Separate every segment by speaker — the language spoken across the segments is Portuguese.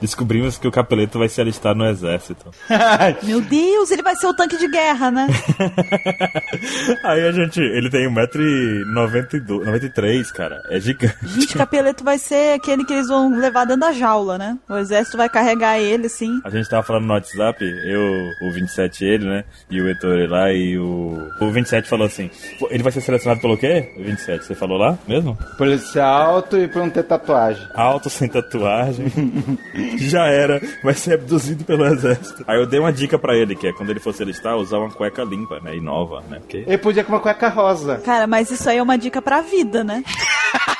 Speaker 1: Descobrimos que o Capeleto vai se alistar no exército.
Speaker 2: Meu Deus, ele vai ser o tanque de guerra, né?
Speaker 1: Aí a gente. Ele tem 1,93m, cara. É gigante.
Speaker 2: Gente, o Capeleto vai ser aquele que eles vão levar dentro da jaula, né? O exército vai carregar ele, assim.
Speaker 1: A gente tava falando no WhatsApp, eu, o 27 ele, né? E o Ettore lá, e o. O 27 falou assim: "Pô, ele vai ser selecionado pelo quê? O 27, você falou lá mesmo?
Speaker 3: Por ele ser alto e por não ter tatuagem.
Speaker 1: Alto, sem tatuagem. Já era, vai ser abduzido pelo exército. Aí eu dei uma dica pra ele, que é quando ele for se alistar, usar uma cueca limpa, né? E nova, né? Porque.
Speaker 3: Ele podia com uma cueca rosa.
Speaker 2: Cara, mas isso aí é uma dica pra vida, né?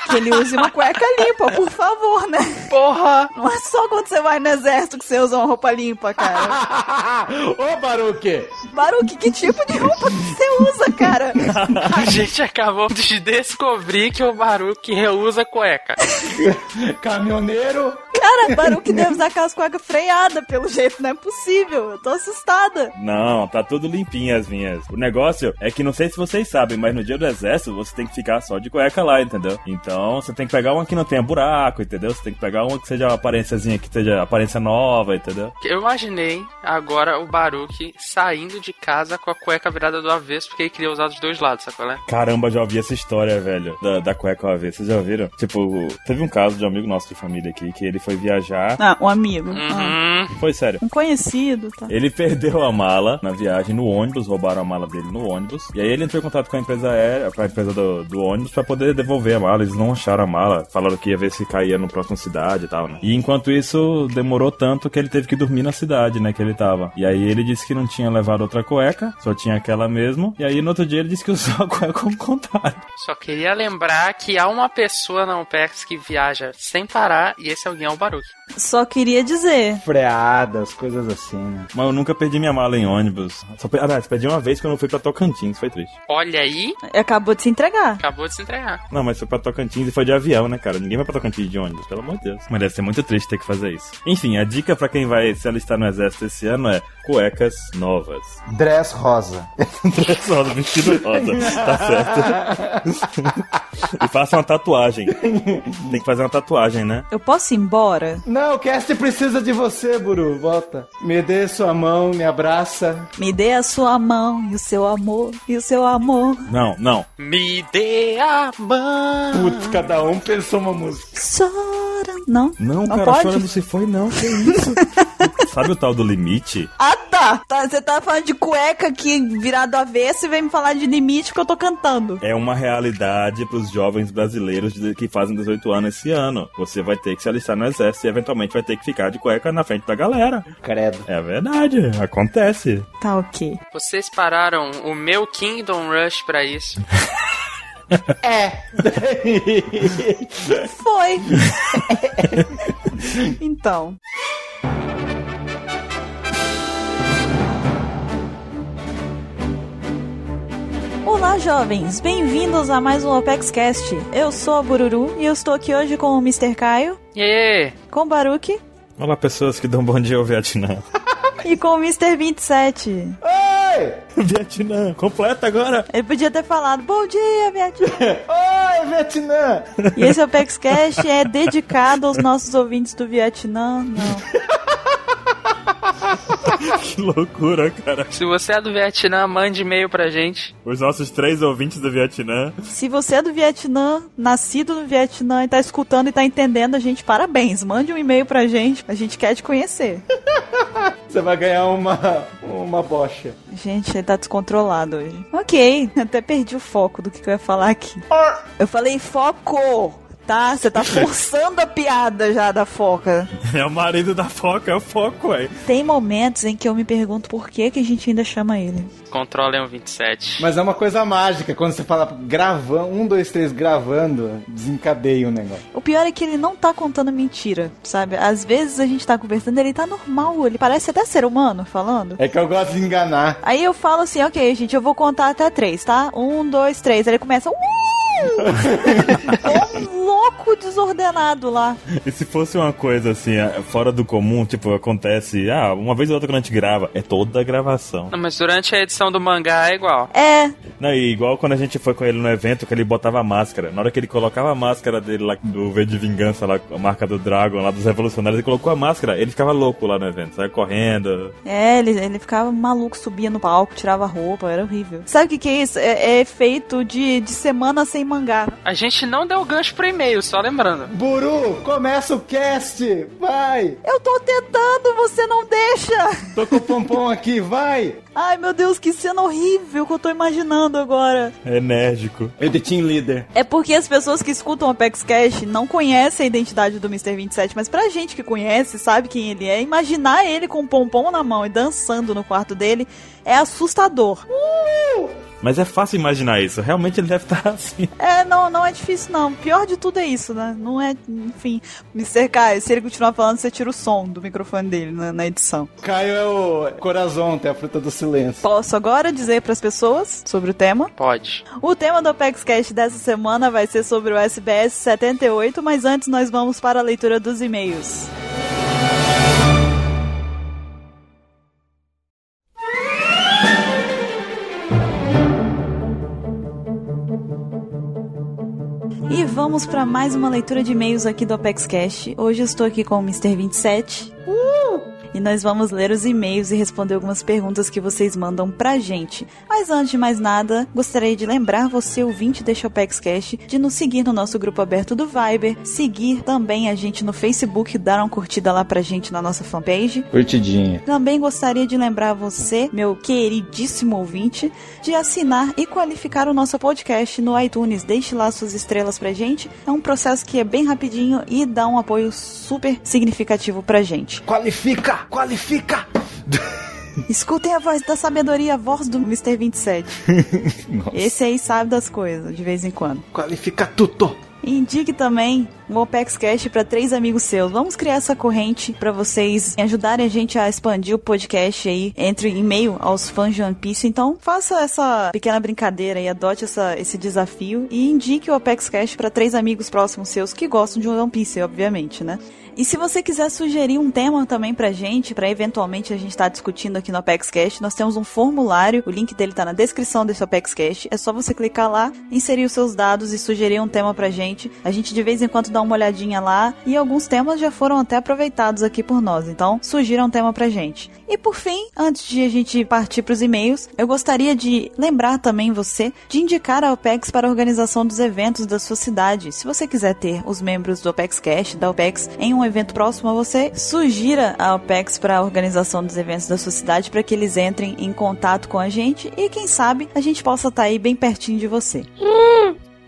Speaker 2: Que ele use uma cueca limpa, por favor, né?
Speaker 3: Porra!
Speaker 2: Não é só quando você vai no exército que você usa uma roupa limpa, cara.
Speaker 3: Ô, Baruque!
Speaker 2: Baruque, que tipo de roupa que você usa, cara?
Speaker 4: A gente acabou de descobrir que o Baruque reusa cueca.
Speaker 3: Caminhoneiro!
Speaker 2: Cara, Baruque deve usar aquelas cuecas freadas, pelo jeito, não é possível. Eu tô assustada.
Speaker 1: Não, tá tudo limpinho as minhas. O negócio é que não sei se vocês sabem, mas no dia do exército você tem que ficar só de cueca lá, entendeu? Então você tem que pegar uma que não tenha buraco, entendeu? Você tem que pegar uma que seja uma aparênciazinha, que seja aparência nova, entendeu?
Speaker 4: Eu imaginei agora o Baruque saindo de casa com a cueca virada do avesso, porque ele queria usar dos dois lados, sabe qual é?
Speaker 1: Caramba, já ouvi essa história, velho, da, da cueca ao avesso. Vocês já ouviram? Tipo, teve um caso de um amigo nosso de família aqui que ele foi viajar.
Speaker 2: Ah, um amigo. Ah,
Speaker 4: Uhum.
Speaker 1: Foi sério.
Speaker 2: um conhecido, tá?
Speaker 1: Ele perdeu a mala na viagem no ônibus, roubaram a mala dele no ônibus. E aí ele entrou em contato com a empresa aérea, com a empresa do, do ônibus, pra poder devolver a mala. Eles não acharam a mala, falaram que ia ver se caía no próximo cidade e tal, né? E enquanto isso, demorou tanto que ele teve que dormir na cidade, né? Que ele tava. E aí ele disse que não tinha levado outra cueca, só tinha aquela mesmo. E aí no outro dia ele disse que usou a cueca ao contrário.
Speaker 4: Só queria lembrar que há uma pessoa na OPEX que viaja sem parar e esse alguém é o Baruque.
Speaker 2: Só queria dizer.
Speaker 3: Freadas, coisas assim, né?
Speaker 1: Mas eu nunca perdi minha mala em ônibus. Só pe... Aliás, perdi uma vez quando eu fui pra Tocantins, foi triste.
Speaker 4: Olha aí,
Speaker 2: Acabou de se entregar.
Speaker 4: acabou de se entregar.
Speaker 1: Não, mas foi pra Tocantins e foi de avião, né, cara? Ninguém vai pra Tocantins de ônibus, pelo amor de Deus. Mas deve ser muito triste ter que fazer isso. Enfim, a dica pra quem vai se alistar no exército esse ano é cuecas novas.
Speaker 3: Dress rosa.
Speaker 1: Dress rosa, vestido rosa. Tá certo. e faça uma tatuagem. Tem que fazer uma tatuagem, né?
Speaker 2: Eu posso ir embora?
Speaker 3: Não, o cast precisa de você, Buru. Volta. Me dê sua mão, me abraça.
Speaker 2: Me dê a sua mão e o seu amor e o seu amor.
Speaker 1: Não, não.
Speaker 4: Me dê a mão.
Speaker 3: Putz, cada um pensou uma música.
Speaker 2: Chora. Não?
Speaker 1: Não, cara,
Speaker 2: pode?
Speaker 1: chora não se foi, não. Que isso? Sabe o tal do limite?
Speaker 2: Ah, tá. Tá, Você tá falando de cueca aqui virado avesso e vem me falar de limite que eu tô cantando.
Speaker 1: É uma realidade pros jovens brasileiros de- que fazem 18 anos esse ano. Você vai ter que se alistar no exército e eventualmente vai ter que ficar de cueca na frente da galera.
Speaker 3: Credo.
Speaker 1: É verdade, acontece.
Speaker 2: Tá ok.
Speaker 4: Vocês pararam o meu Kingdom Rush pra isso.
Speaker 2: Foi. então. Olá, jovens! Bem-vindos a mais um OpexCast. Eu sou a Bururu e eu estou aqui hoje com o Mr. Caio,
Speaker 4: E
Speaker 2: com o Baruque
Speaker 1: Olá, pessoas que dão bom dia ao Vietnã.
Speaker 2: e com o Mr. 27.
Speaker 3: Oi!
Speaker 1: Vietnã, completa agora!
Speaker 2: Ele podia ter falado, bom dia, Vietnã!
Speaker 3: Oi, Vietnã!
Speaker 2: E esse Apex Cash é dedicado aos nossos ouvintes do Vietnã. Não.
Speaker 1: Que loucura, cara.
Speaker 4: se você é do Vietnã, mande e-mail pra gente.
Speaker 1: Os nossos três ouvintes do Vietnã.
Speaker 2: Se você é do Vietnã, nascido no Vietnã e tá escutando e tá entendendo a gente, parabéns. Mande um e-mail pra gente, a gente quer te conhecer.
Speaker 3: Você vai ganhar uma, uma bocha.
Speaker 2: Gente, ele tá descontrolado hoje. Ok, até perdi o foco do que, que eu ia falar aqui. Eu falei foco, tá? Você tá forçando a piada já da foca.
Speaker 1: É o marido da foca, é o foco, ué.
Speaker 2: Tem momentos em que eu me pergunto por que, que a gente ainda chama ele.
Speaker 4: Controlem o 27.
Speaker 3: Mas é uma coisa mágica, quando você fala gravando, um, dois, três, gravando, desencadeia o negócio.
Speaker 2: O pior é que ele não tá contando mentira, sabe? Às vezes a gente tá conversando, ele tá normal, ele parece até ser humano falando.
Speaker 3: É que eu gosto de enganar.
Speaker 2: Aí eu falo assim, ok, gente, eu vou contar até três, tá? Um, dois, três. Aí ele começa. "Uh!" Como louco desordenado lá.
Speaker 1: E se fosse uma coisa assim, eh, fora do comum, tipo, acontece, ah, uma vez ou outra quando a gente grava, é toda a gravação.
Speaker 4: Não, mas durante a edição do mangá é igual.
Speaker 2: É,
Speaker 1: Não, e igual quando a gente foi com ele no evento, que ele botava a máscara. Na hora que ele colocava a máscara dele lá, do V de Vingança, lá, a marca do Dragon, lá dos revolucionários, ele colocou a máscara, ele ficava louco lá no evento, saia correndo.
Speaker 2: é, ele, ele ficava maluco, subia no palco, tirava a roupa, era horrível. Sabe o que, que é isso? É, é efeito de, de semana sem mangá.
Speaker 4: A gente não deu gancho pro e-mail, só lembrando.
Speaker 3: Buru, começa o cast! Vai!
Speaker 2: Eu tô tentando, você não deixa!
Speaker 3: Tô com o pompom aqui, vai!
Speaker 2: Ai meu Deus, que cena horrível que eu tô imaginando agora.
Speaker 1: Enérgico.
Speaker 3: Eu The Team Leader.
Speaker 2: É porque as pessoas que escutam o Apex Cash não conhecem a identidade do Mr. 27, mas pra gente que conhece, sabe quem ele é, imaginar ele com um pompom na mão e dançando no quarto dele é assustador.
Speaker 1: Mas é fácil imaginar isso, realmente ele deve estar assim.
Speaker 2: É, não, não é difícil não. Pior de tudo é isso, né? Não é, enfim, Mr. Caio, se ele continuar falando, você tira o som do microfone dele na, na edição.
Speaker 3: Caio é o corazon, é a fruta do silêncio.
Speaker 2: Posso agora dizer pras pessoas sobre o tema?
Speaker 4: Pode.
Speaker 2: O tema do Apex Cash dessa semana vai ser sobre o SBS 78, mas antes nós vamos para a leitura dos e-mails. E vamos para mais uma leitura de e-mails aqui do Apex Cash. Hoje eu estou aqui com o Mr. 27. E nós vamos ler os e-mails e responder algumas perguntas que vocês mandam pra gente. Mas antes de mais nada, gostaria de lembrar você, ouvinte deste Opex Cash, de nos seguir no nosso grupo aberto do Viber, seguir também a gente no Facebook, dar uma curtida lá pra gente na nossa fanpage.
Speaker 3: Curtidinha.
Speaker 2: Também gostaria de lembrar você, meu queridíssimo ouvinte, de assinar e qualificar o nosso podcast no iTunes. Deixe lá suas estrelas pra gente. É um processo que é bem rapidinho e dá um apoio super significativo pra gente.
Speaker 3: Qualifica! Qualifica!
Speaker 2: Escutem a voz da sabedoria, a voz do Mr. 27. Esse aí sabe das coisas, de vez em quando.
Speaker 3: Qualifica tudo!
Speaker 2: Indique também o Opex Cash para três amigos seus. Vamos criar essa corrente para vocês ajudarem a gente a expandir o podcast aí entre e-mail aos fãs de One Piece. Então, faça essa pequena brincadeira e adote essa- esse desafio e indique o Opex Cash para três amigos próximos seus que gostam de One Piece, obviamente, né? E se você quiser sugerir um tema também pra gente, pra eventualmente a gente estar discutindo aqui no ApexCast, nós temos um formulário, o link dele tá na descrição desse ApexCast, é só você clicar lá, inserir os seus dados e sugerir um tema pra gente. A gente de vez em quando dá uma olhadinha lá e alguns temas já foram até aproveitados aqui por nós, então sugira um tema pra gente. E por fim, antes de a gente partir pros e-mails, eu gostaria de lembrar também você de indicar a OPEX para a organização dos eventos da sua cidade. Se você quiser ter os membros do OPEX Cash, da OPEX, em um evento próximo a você, sugira a OPEX para a organização dos eventos da sua cidade para que eles entrem em contato com a gente e, quem sabe, a gente possa estar aí bem pertinho de você.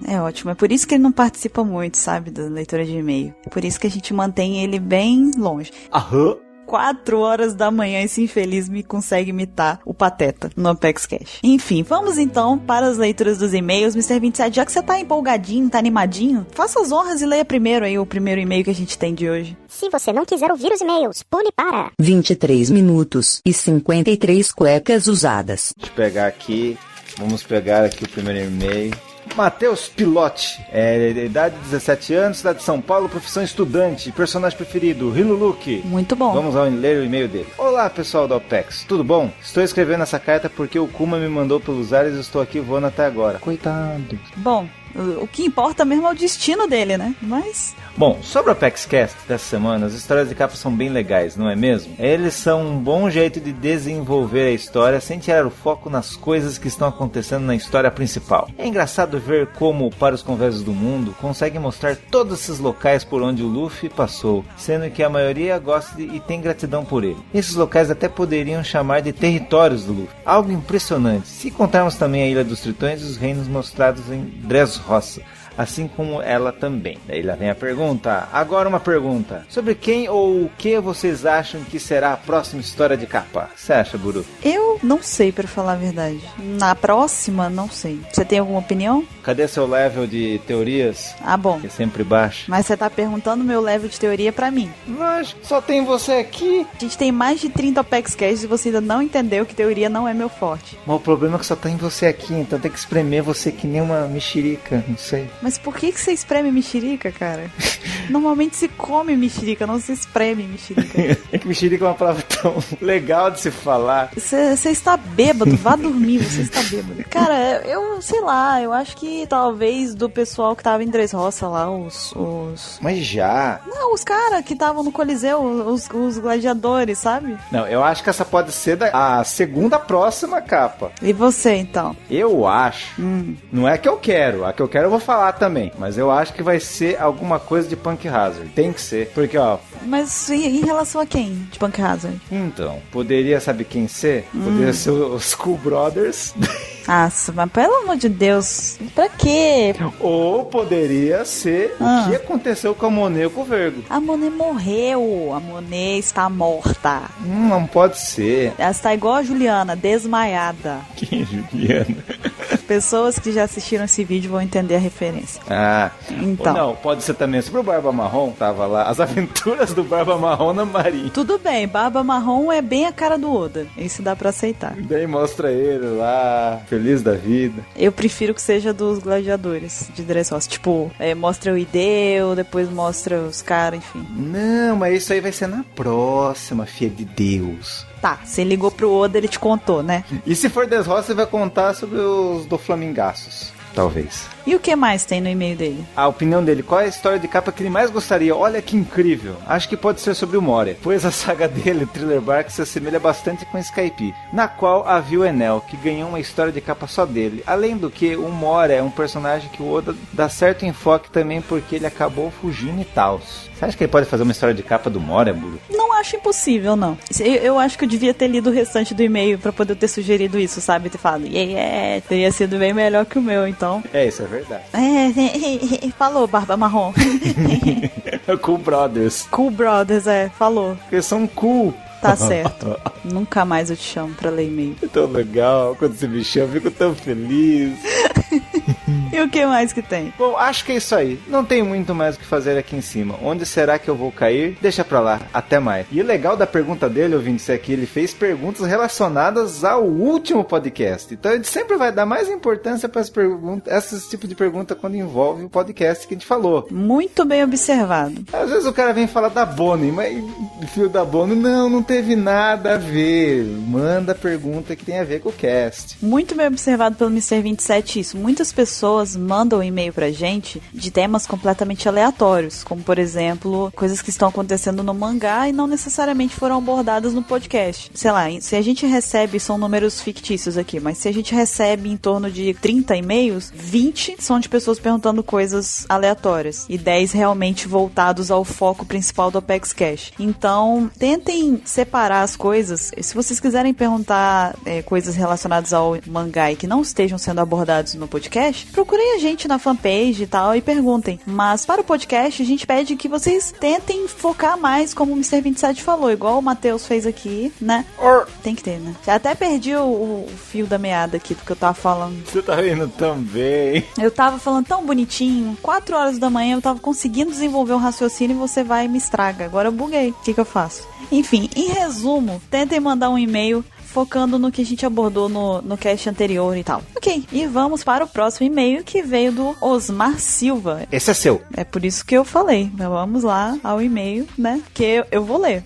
Speaker 2: É ótimo, é por isso que ele não participa muito, sabe, da leitura de e-mail. É por isso que a gente mantém ele bem longe.
Speaker 3: Aham.
Speaker 2: Quatro horas da manhã esse infeliz me consegue imitar o Pateta no Apex Cash. Enfim, vamos então para as leituras dos e-mails. Mr. 27, já que você tá empolgadinho, tá animadinho, faça as honras e leia primeiro aí o primeiro e-mail que a gente tem de hoje.
Speaker 5: Se você não quiser ouvir os e-mails, pule para.
Speaker 6: 23 minutos e 53 cuecas usadas.
Speaker 3: Deixa eu pegar aqui. Vamos pegar aqui o primeiro e-mail. Matheus Pilote, é, idade 17 anos, cidade de São Paulo, profissão estudante, personagem preferido, Hiluluki.
Speaker 2: Muito bom.
Speaker 3: Vamos ao ler o e-mail dele. Olá, pessoal do OPEX, tudo bom? Estou escrevendo essa carta porque o Kuma me mandou pelos ares e estou aqui voando até agora. Coitado.
Speaker 2: Bom, o- o que importa mesmo é o destino dele, né? Mas
Speaker 3: Bom, sobre o ApexCast dessa semana, as histórias de capa são bem legais, não é mesmo? Eles são um bom jeito de desenvolver a história sem tirar o foco nas coisas que estão acontecendo na história principal. É engraçado ver como, para os conversos do mundo, conseguem mostrar todos esses locais por onde o Luffy passou, sendo que a maioria gosta de- e tem gratidão por ele. Esses locais até poderiam chamar de territórios do Luffy. Algo impressionante, se contarmos também a Ilha dos Tritões e os reinos mostrados em Dressrosa assim como ela também. Daí lá vem a pergunta. Agora uma pergunta. Sobre quem ou o que vocês acham que será a próxima história de capa? O que você acha, Buru?
Speaker 2: eu não sei, pra falar a verdade. Na próxima, não sei. Você tem alguma opinião?
Speaker 3: Cadê seu level de teorias?
Speaker 2: Ah, bom.
Speaker 3: Que é sempre baixo.
Speaker 2: Mas você tá perguntando meu level de teoria pra mim.
Speaker 3: Mas só tem você aqui.
Speaker 2: A gente tem mais de 30 Apex Cash e você ainda não entendeu que teoria não é meu forte.
Speaker 3: Mas o problema é que só tem você aqui, então tem que espremer você que nem uma mexerica, não sei.
Speaker 2: Mas Mas por que, que você espreme mexerica, cara? Normalmente se come mexerica, não se espreme mexerica.
Speaker 3: É que mexerica é uma palavra tão legal de se falar.
Speaker 2: Você você está bêbado, vá dormir, você está bêbado. Cara, eu sei lá, eu acho que talvez do pessoal que tava em Três Roça lá, os. os...
Speaker 3: Mas já.
Speaker 2: Não, os caras que estavam no Coliseu, os, os gladiadores, sabe?
Speaker 3: Não, eu acho que essa pode ser da, a segunda próxima capa.
Speaker 2: E você então?
Speaker 3: Eu acho. Não é que eu quero. A que eu quero eu vou falar também. Mas eu acho que vai ser alguma coisa de Punk Hazard. Tem que ser. Porque, ó,
Speaker 2: Mas e- em relação a quem? De Punk Hazard?
Speaker 3: então, poderia saber quem ser? Poderia ser os Cool Brothers.
Speaker 2: Nossa, mas pelo amor de Deus, pra quê?
Speaker 3: ou poderia ser
Speaker 2: Ah.
Speaker 3: o que aconteceu com a Monet e com o Vergo.
Speaker 2: A Monet morreu, a Monet está morta.
Speaker 3: Hum, não pode ser.
Speaker 2: Ela está igual a Juliana, desmaiada.
Speaker 3: Quem, é Juliana?
Speaker 2: Pessoas que já assistiram esse vídeo vão entender a referência.
Speaker 3: Ah,
Speaker 2: Então.
Speaker 3: não, pode ser também sobre o Barba Marrom, tava lá. As aventuras do Barba Marrom na Marinha.
Speaker 2: Tudo bem, Barba Marrom é bem a cara do Oda. Isso dá pra aceitar.
Speaker 3: Daí mostra ele lá, feliz da vida.
Speaker 2: Eu prefiro que seja dos gladiadores de Dressrosa. Tipo, é, mostra o Ideu, depois mostra os caras, enfim.
Speaker 3: Não, mas isso aí vai ser na próxima, filha de Deus.
Speaker 2: Tá, você ligou pro Oda, ele te contou, né?
Speaker 3: E se for Desroça, você vai contar sobre os do Flamingaços. Talvez.
Speaker 2: E o que mais tem no e-mail dele?
Speaker 3: A opinião dele, qual é a história de capa que ele mais gostaria? Olha que incrível. Acho que pode ser sobre o Moria, pois a saga dele, Thriller Bark, se assemelha bastante com Skype, na qual havia o Enel, que ganhou uma história de capa só dele. Além do que, o Moria é um personagem que o Oda dá certo enfoque também porque ele acabou fugindo e tal. Você acha que ele pode fazer uma história de capa do Moria, Buru?
Speaker 2: Não acho impossível, não. Eu, eu acho que eu devia ter lido o restante do e-mail pra poder ter sugerido isso, sabe? Ter falado, yeah, yeah, teria sido bem melhor que o meu, então.
Speaker 3: É, isso é verdade.
Speaker 2: É, falou, Barba Marrom.
Speaker 3: cool Brothers.
Speaker 2: cool Brothers, é, falou.
Speaker 3: Eles são cool.
Speaker 2: Tá certo. Nunca mais eu te chamo pra ler e-mail.
Speaker 3: É tão legal quando você me chama, eu fico tão feliz.
Speaker 2: E o que mais que tem?
Speaker 3: Bom, acho que é isso aí. Não tem muito mais o que fazer aqui em cima. Onde será que eu vou cair? Deixa pra lá. Até mais. E o legal da pergunta dele, ouvintes, é que ele fez perguntas relacionadas ao último podcast. Então ele sempre vai dar mais importância para esses tipos de pergunta quando envolve o podcast que a gente falou.
Speaker 2: Muito bem observado.
Speaker 3: Às vezes o cara vem falar da Bonnie, mas fio da Bonnie, não, não teve nada a ver. Manda pergunta que tem a ver com o cast.
Speaker 2: Muito bem observado pelo Mr. 27 isso. Muitas pessoas mandam e-mail pra gente de temas completamente aleatórios, como por exemplo, coisas que estão acontecendo no mangá e não necessariamente foram abordadas no podcast. Sei lá, se a gente recebe, são números fictícios aqui, mas se a gente recebe em torno de 30 e-mails, 20 são de pessoas perguntando coisas aleatórias e 10 realmente voltados ao foco principal do Apex Cash. Então, tentem separar as coisas. Se vocês quiserem perguntar é, coisas relacionadas ao mangá e que não estejam sendo abordados no podcast, procurem a gente na fanpage e tal e perguntem. Mas para o podcast, a gente pede que vocês tentem focar mais, como o Mr. 27 falou, igual o Matheus fez aqui, né? Tem que ter, né? Até perdi o, o fio da meada aqui do que eu tava falando.
Speaker 3: Você tá vendo também.
Speaker 2: Eu tava falando tão bonitinho, 4 horas da manhã eu tava conseguindo desenvolver um raciocínio e você vai e me estraga. Agora eu buguei. O que, que eu faço? Enfim, em resumo, tentem mandar um e-mail focando no que a gente abordou no, no cast anterior e tal. Ok, e vamos para o próximo e-mail que veio do Osmar Silva.
Speaker 3: Esse é seu.
Speaker 2: É por isso que eu falei. Mas vamos lá ao e-mail, né? Que eu, eu vou ler.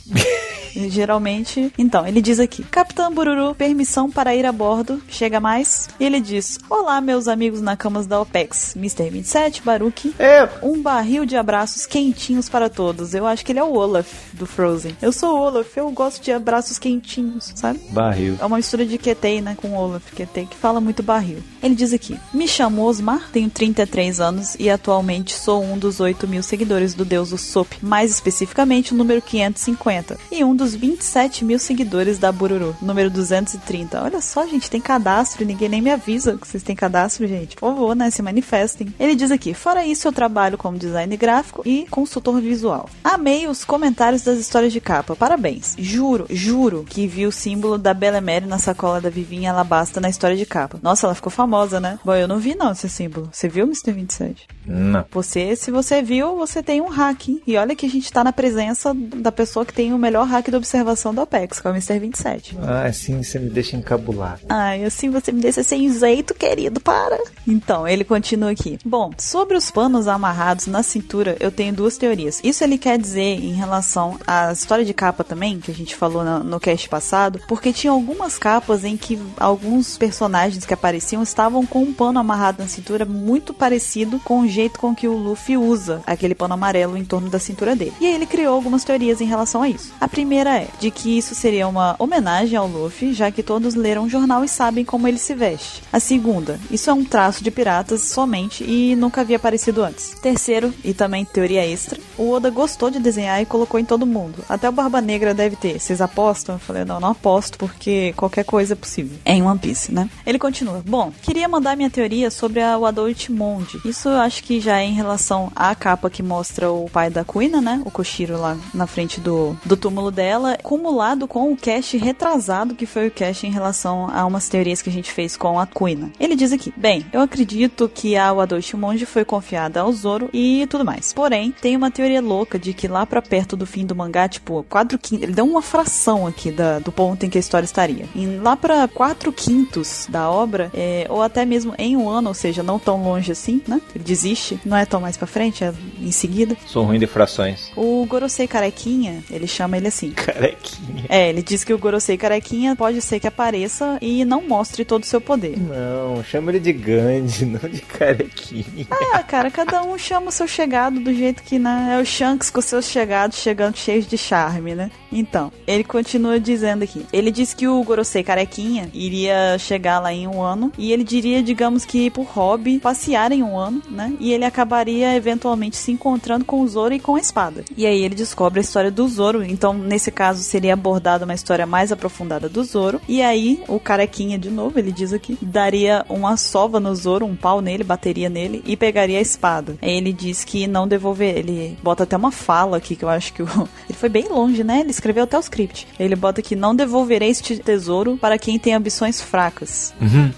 Speaker 2: Geralmente. Então, ele diz aqui: Capitão Bururu, permissão para ir a bordo. Chega mais. E ele diz: Olá, meus amigos na camas da OPEX. Mr. 27, Baruki.
Speaker 3: É,
Speaker 2: Um barril de abraços quentinhos para todos. Eu acho que ele é o Olaf do Frozen. Eu sou o Olaf, eu gosto de abraços quentinhos, sabe?
Speaker 3: barril.
Speaker 2: É uma mistura de Ketei, né, com Olaf Ketei, que fala muito barril. Ele diz aqui, me chamo Osmar, tenho 33 anos e atualmente sou um dos 8 mil seguidores do deus do Sop, mais especificamente o número 550, e um dos 27 mil seguidores da Bururu, número 230. Olha só, gente, tem cadastro e ninguém nem me avisa que vocês têm cadastro, gente. Por favor, né, se manifestem. Ele diz aqui, fora isso eu trabalho como design gráfico e consultor visual. Amei os comentários das histórias de capa, parabéns. Juro, juro que vi o símbolo da Belemere na sacola da Vivinha Alabasta na história de capa. Nossa, ela ficou famosa, né? Bom, eu não vi não esse símbolo. Você viu, Mr. 27?
Speaker 3: Não.
Speaker 2: Você, se você viu, você tem um hack. hein? E olha que a gente tá na presença da pessoa que tem o melhor hack da observação da OPEX, que é o Mr. 27.
Speaker 3: Ah, assim você me deixa encabulado.
Speaker 2: Ai, assim você me deixa sem jeito, querido, para. Então, ele continua aqui. Bom, sobre os panos amarrados na cintura, eu tenho duas teorias. Isso ele quer dizer em relação à história de capa também, que a gente falou na- no cast passado, porque tinha algumas capas em que alguns personagens que apareciam estavam com um pano amarrado na cintura muito parecido com o jeito com que o Luffy usa aquele pano amarelo em torno da cintura dele. E aí ele criou algumas teorias em relação a isso. A primeira é de que isso seria uma homenagem ao Luffy, já que todos leram o jornal e sabem como ele se veste. A segunda, isso é um traço de piratas somente e nunca havia aparecido antes. Terceiro, e também teoria extra, o Oda gostou de desenhar e colocou em todo mundo. Até o Barba Negra deve ter. Vocês apostam? Eu falei, não, não aposto, porque qualquer coisa é possível. É em One Piece, né? Ele continua. Bom, queria mandar minha teoria sobre a Adult Monde. Isso eu acho que já é em relação à capa que mostra o pai da Kuina, né? O Koshiro lá na frente do, do túmulo dela, cumulado com o cast retrasado que foi o cast em relação a umas teorias que a gente fez com a Kuina. Ele diz aqui: Bem, eu acredito que a Wadoshi Monge foi confiada ao Zoro e tudo mais. Porém, tem uma teoria louca de que lá pra perto do fim do mangá, tipo, 4 quintos. Ele deu uma fração aqui da- do ponto em que a história estaria. Em, lá pra 4 quintos da obra, é, ou até mesmo em um ano, ou seja, não tão longe assim, né? Ele desiste, não é tão mais pra frente, é em seguida.
Speaker 3: Sou ruim de frações.
Speaker 2: O Gorosei Carequinha, ele chama ele assim.
Speaker 3: Carequinha.
Speaker 2: É, ele diz que o Gorosei Carequinha pode ser que apareça e não mostre todo o seu poder.
Speaker 3: Não, chama ele de Gandhi, não de carequinha.
Speaker 2: Ah, cara, cada um chama o seu chegado do jeito que, né? É o Shanks com seus chegados chegando cheios de charme, né? Então, ele continua dizendo aqui. Ele disse que o Gorosei Carequinha iria chegar lá em um ano. E ele diria, digamos que por hobby, passear em um ano, né? E ele acabaria eventualmente se encontrando com o Zoro e com a espada. E aí ele descobre a história do Zoro. Então, nesse caso, seria abordada uma história mais aprofundada do Zoro. E aí, o carequinha de novo, ele diz aqui, daria uma sova no Zoro, um pau nele, bateria nele e pegaria a espada. Aí ele diz que não devolver, ele bota até uma fala aqui que eu acho que o... ele foi bem longe, né? Ele escreveu até o script. Ele bota que não devolverei este tesouro para quem tem ambições fracas.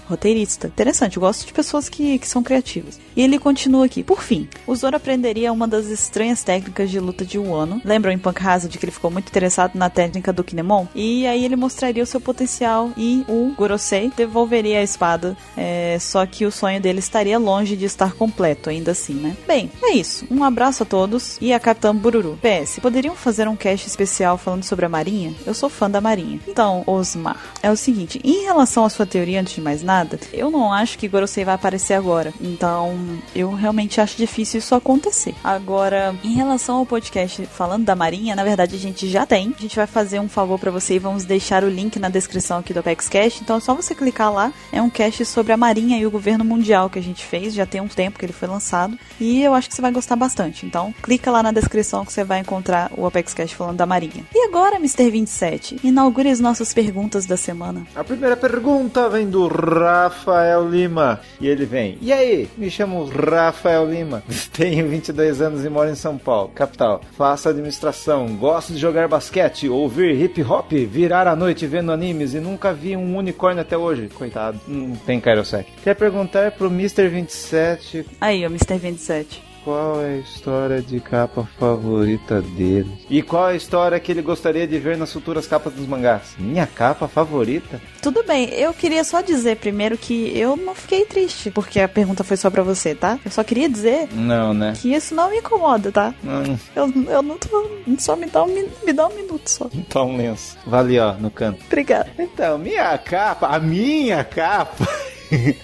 Speaker 2: Roteirista. Interessante, eu gosto de pessoas que, que são criativas. E ele continua aqui. Por fim, o Zoro aprenderia uma das estranhas técnicas de luta de Wano. Lembram em Punk Hazard que ele ficou muito interessado na técnica do Kinemon? E aí ele mostraria o seu potencial e o Gorosei devolveria a espada. É, só que o sonho dele estaria longe de estar completo, ainda assim, né? Bem, é isso. Um abraço a todos e a Capitã Bururu. PS, poderiam fazer um cast especial falando sobre a Marinha? Eu sou fã da Marinha. Então, Osmar, é o seguinte, em relação à sua teoria, antes de mais nada, eu não acho que Gorosei vai aparecer agora. Então, eu realmente acho difícil isso acontecer. Agora, em relação ao podcast falando da Marinha, na verdade a gente já tem. A gente vai fazer um favor pra você e vamos deixar o link na descrição aqui do Apex Cash. Então é só você clicar lá. É um cast sobre a Marinha e o governo mundial que a gente fez. Já tem um tempo que ele foi lançado. E eu acho que você vai gostar bastante. Então, clica lá na descrição que você vai encontrar o Apex Cash falando da Marinha. E agora, Mr. 27, inaugure as nossas perguntas da semana.
Speaker 3: A primeira pergunta vem do Rafael Lima. E ele vem. E aí, me chamo Rafael Lima. Tenho 22 anos e moro em São Paulo, capital. Faço administração, gosto de jogar basquete, ouvir hip hop, virar a noite vendo animes e nunca vi um unicórnio até hoje. Coitado, não tem Kairosek. Quer perguntar pro Mr. 27
Speaker 2: Aí, ó, Mr. 27.
Speaker 3: qual é a história de capa favorita dele? E qual é a história que ele gostaria de ver nas futuras capas dos mangás? Minha capa favorita?
Speaker 2: Tudo bem, eu queria só dizer primeiro que eu não fiquei triste, porque a pergunta foi só pra você, tá? Eu só queria dizer
Speaker 3: Não, né?
Speaker 2: que isso não me incomoda, tá?
Speaker 3: Hum.
Speaker 2: Eu, eu não tô. Só me dá, um, min- me dá um minuto só.
Speaker 3: Tá um lenço. Vale, ó, no canto.
Speaker 2: Obrigada.
Speaker 3: Então, minha capa, a minha capa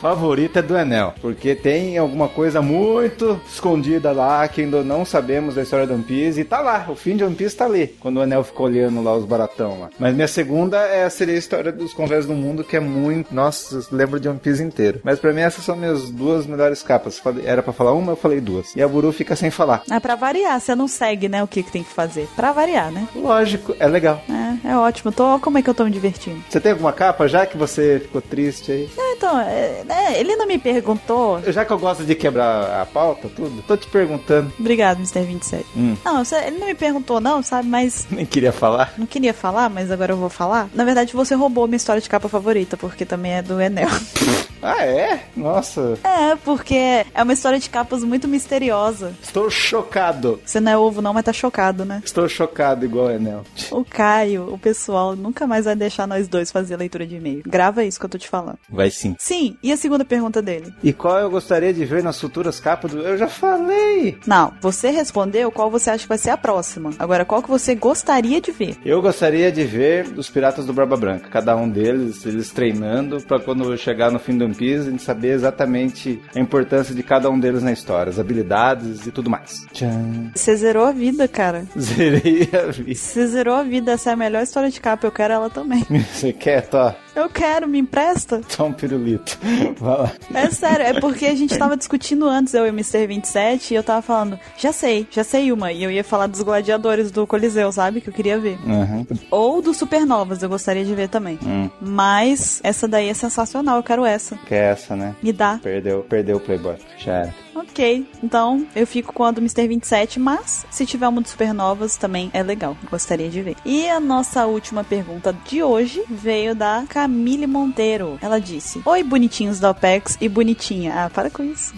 Speaker 3: favorita é do Enel, porque tem alguma coisa muito escondida lá que ainda não sabemos da história do One Piece e tá lá, o fim de One Piece tá ali, quando o Enel ficou olhando lá os baratão lá. Mas minha segunda é seria a história dos Convés do Mundo, que é muito, nossa, eu lembro de One Piece inteiro. Mas pra mim essas são minhas duas melhores capas. Falei- Era pra falar uma, eu falei duas. E a Buru fica sem falar.
Speaker 2: É pra variar, você não segue, né? O que, que tem que fazer. Pra variar, né?
Speaker 3: Lógico, é legal.
Speaker 2: É, é ótimo. Tô, ó como é que eu tô me divertindo.
Speaker 3: Você tem alguma capa já que você ficou triste aí?
Speaker 2: É, então, é, é, ele não me perguntou.
Speaker 3: Já que eu gosto de quebrar a pauta, tudo, tô te perguntando.
Speaker 2: Obrigado, Mr. 27.
Speaker 3: Hum.
Speaker 2: Não, você- ele não me perguntou, não, sabe? Mas
Speaker 3: Nem queria falar.
Speaker 2: Não queria falar, mas agora eu vou falar. Na verdade, você roubou minha história de capa favorita, porque também é do Enel.
Speaker 7: Ah, é? Nossa,
Speaker 2: É, porque é uma história de capas muito misteriosa.
Speaker 7: estou chocado.
Speaker 2: Você não é ovo não, mas tá chocado, né?
Speaker 7: Estou chocado igual o Enel.
Speaker 2: O Caio, o pessoal, nunca mais vai deixar nós dois fazer leitura de e-mail. Grava isso que eu tô te falando.
Speaker 3: Vai sim.
Speaker 2: Sim, e a segunda pergunta dele?
Speaker 7: E qual eu gostaria de ver nas futuras capas do... Eu já falei!
Speaker 2: Não, você respondeu qual você acha que vai ser a próxima. Agora, qual que você gostaria de ver?
Speaker 7: Eu gostaria de ver os piratas do Barba Branca, cada um deles, eles treinando, pra quando eu chegar no fim do One Piece, a gente saber exatamente a importância de cada um deles na história, as habilidades e tudo mais. Tchan.
Speaker 2: Você zerou a vida, cara.
Speaker 7: Zerei a vida.
Speaker 2: Você zerou a vida, essa é a melhor história de capa, eu quero ela também.
Speaker 7: Você quer, tá?
Speaker 2: Eu quero, me empresta?
Speaker 7: Só um pirulito. Vai lá.
Speaker 2: É sério, é porque a gente tava discutindo antes, eu e o Mr. 27, e eu tava falando, já sei, já sei uma. E eu ia falar dos gladiadores do Coliseu, sabe? Que eu queria ver.
Speaker 7: Aham.
Speaker 2: Ou dos Supernovas, eu gostaria de ver também.
Speaker 7: Hum.
Speaker 2: Mas essa daí é sensacional, eu quero essa.
Speaker 7: Que é essa, né?
Speaker 2: Me dá.
Speaker 7: Perdeu, perdeu o Playboy. Já era.
Speaker 2: Ok, então eu fico com a do Mr. 27, mas se tiver uma de supernovas também é legal, gostaria de ver. E a nossa última pergunta de hoje veio da Camille Monteiro. Ela disse: Oi, bonitinhos da OPEX e bonitinha. Ah, para com isso.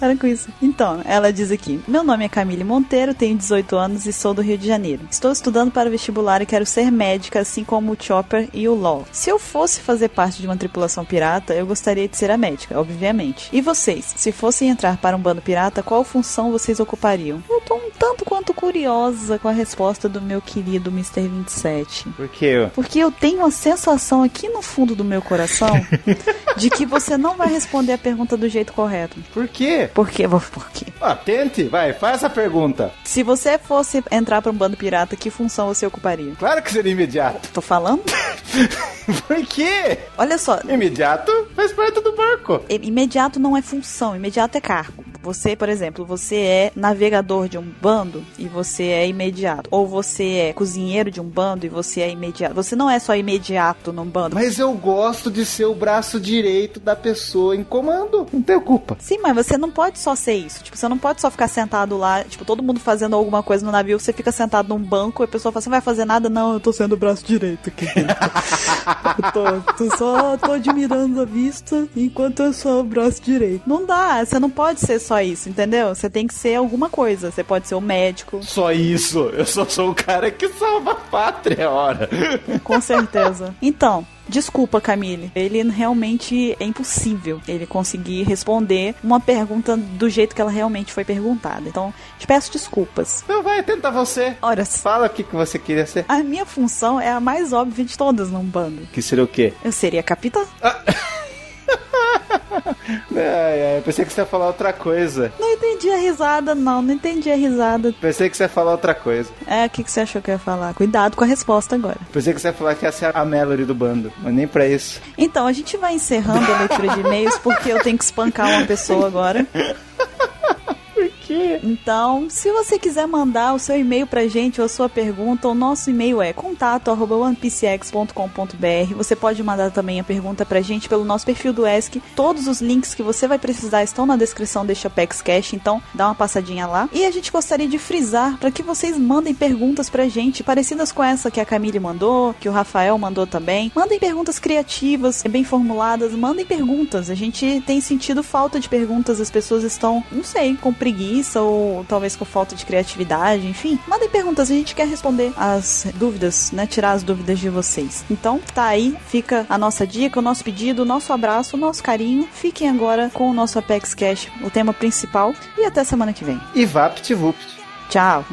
Speaker 2: para com isso. Então, ela diz aqui: Meu nome é Camille Monteiro, tenho 18 anos e sou do Rio de Janeiro. Estou estudando para vestibular e quero ser médica, assim como o Chopper e o LOL. Se eu fosse fazer parte de uma tripulação pirata, eu gostaria de ser a médica, obviamente. E vocês, se fossem entrar para um bando pirata, qual função vocês ocupariam? Eu tô um tanto quanto curiosa com a resposta do meu querido Mr. 27.
Speaker 7: Por que eu?
Speaker 2: Porque eu tenho a sensação aqui no fundo do meu coração de que você não vai responder a pergunta do jeito correto.
Speaker 7: Por quê?
Speaker 2: Por quê? Por quê?
Speaker 7: Ah, tente, vai, faz a pergunta.
Speaker 2: Se você fosse entrar pra um bando pirata, que função você ocuparia?
Speaker 7: Claro que seria imediato.
Speaker 2: Tô falando?
Speaker 7: Por quê?
Speaker 2: Olha só,
Speaker 7: Imediato faz parte do barco.
Speaker 2: i- imediato não é função, imediato é cargo. Você, por exemplo, você é navegador de um bando e você é imediato. Ou você é cozinheiro de um bando e você é imediato. Você não é só imediato num bando.
Speaker 7: Mas eu gosto de ser o braço direito da pessoa em comando. Não tenho culpa.
Speaker 2: Sim, mas você não pode só ser isso. Tipo, você não pode só ficar sentado lá, tipo, todo mundo fazendo alguma coisa no navio, você fica sentado num banco e a pessoa fala, você não vai fazer nada? Não, eu tô sendo o braço direito aqui. eu tô, tô só tô admirando a vista enquanto eu sou o braço direito. Não dá, você não pode ser só isso, entendeu? Você tem que ser alguma coisa. Você pode ser o médico,
Speaker 7: Só isso. Eu só sou o cara que salva a pátria, é ora.
Speaker 2: com certeza. Então. Desculpa, Camille. Ele realmente é impossível ele conseguir responder uma pergunta do jeito que ela realmente foi perguntada. Então, te peço desculpas.
Speaker 7: Então vai, tenta você.
Speaker 2: Ora, s-
Speaker 7: Fala o que, que você queria ser.
Speaker 2: a minha função é a mais óbvia de todas num bando.
Speaker 7: Que seria o quê?
Speaker 2: Eu seria capitã?
Speaker 7: Ai, ai, pensei que você ia falar outra coisa.
Speaker 2: Não entendi a risada, não, não entendi a risada.
Speaker 7: Pensei que você ia falar outra coisa.
Speaker 2: É, o que, que você achou que eu ia falar? Cuidado com a resposta agora.
Speaker 7: Pensei que você ia falar que ia ser a Melody do bando. Mas nem pra isso.
Speaker 2: Então, a gente vai encerrando a leitura de e-mails porque eu tenho que espancar uma pessoa agora.
Speaker 7: Por quê?
Speaker 2: Então, se você quiser mandar o seu e-mail pra gente ou a sua pergunta, o nosso e-mail é contato@onepcx.com.br. Você pode mandar também a pergunta pra gente pelo nosso perfil do ESC. Todos os links que você vai precisar estão na descrição deste Apex Cash, então dá uma passadinha lá. E a gente gostaria de frisar para que vocês mandem perguntas pra gente parecidas com essa que a Camille mandou, que o Rafael mandou também. Mandem perguntas criativas, é bem formuladas, mandem perguntas. A gente tem sentido falta de perguntas, as pessoas estão, não sei, com preguiça ou talvez com falta de criatividade, enfim. Mandem perguntas, a gente quer responder as dúvidas, né? Tirar as dúvidas de vocês. Então, tá aí, fica a nossa dica, o nosso pedido, o nosso abraço, o nosso carinho. Fiquem agora com o nosso Apex Cash, o tema principal, e até semana que vem.
Speaker 7: E VaptVupt.
Speaker 2: Tchau!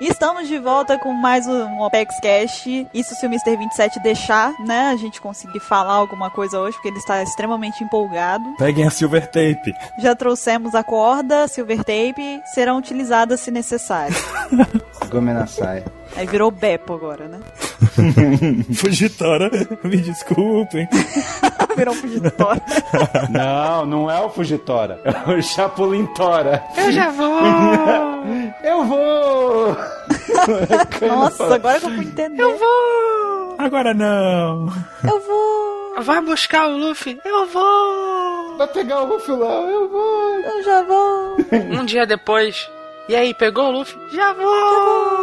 Speaker 2: E Estamos de volta com mais um Opex Cash. Isso se o Mr. 27 deixar, né? A gente conseguir falar alguma coisa hoje, porque ele está extremamente empolgado.
Speaker 1: Peguem a silver tape.
Speaker 2: Já trouxemos a corda, silver tape, serão utilizadas se necessário.
Speaker 7: Gomenasai.
Speaker 2: Aí virou Beppo agora, né?
Speaker 1: Fugitora, me desculpem.
Speaker 2: Virou um fugitório.
Speaker 7: Não, não é o Fugitora. É o Chapolin Tora.
Speaker 4: Eu já vou!
Speaker 7: Eu vou!
Speaker 2: Nossa, agora que eu fui entender.
Speaker 4: Eu vou!
Speaker 1: Agora não.
Speaker 2: Eu vou.
Speaker 4: Vai buscar o Luffy? Eu vou!
Speaker 7: Vai pegar o Rufilão, eu vou!
Speaker 2: Eu já vou.
Speaker 4: Um dia depois. E aí, pegou o Luffy? Já vou!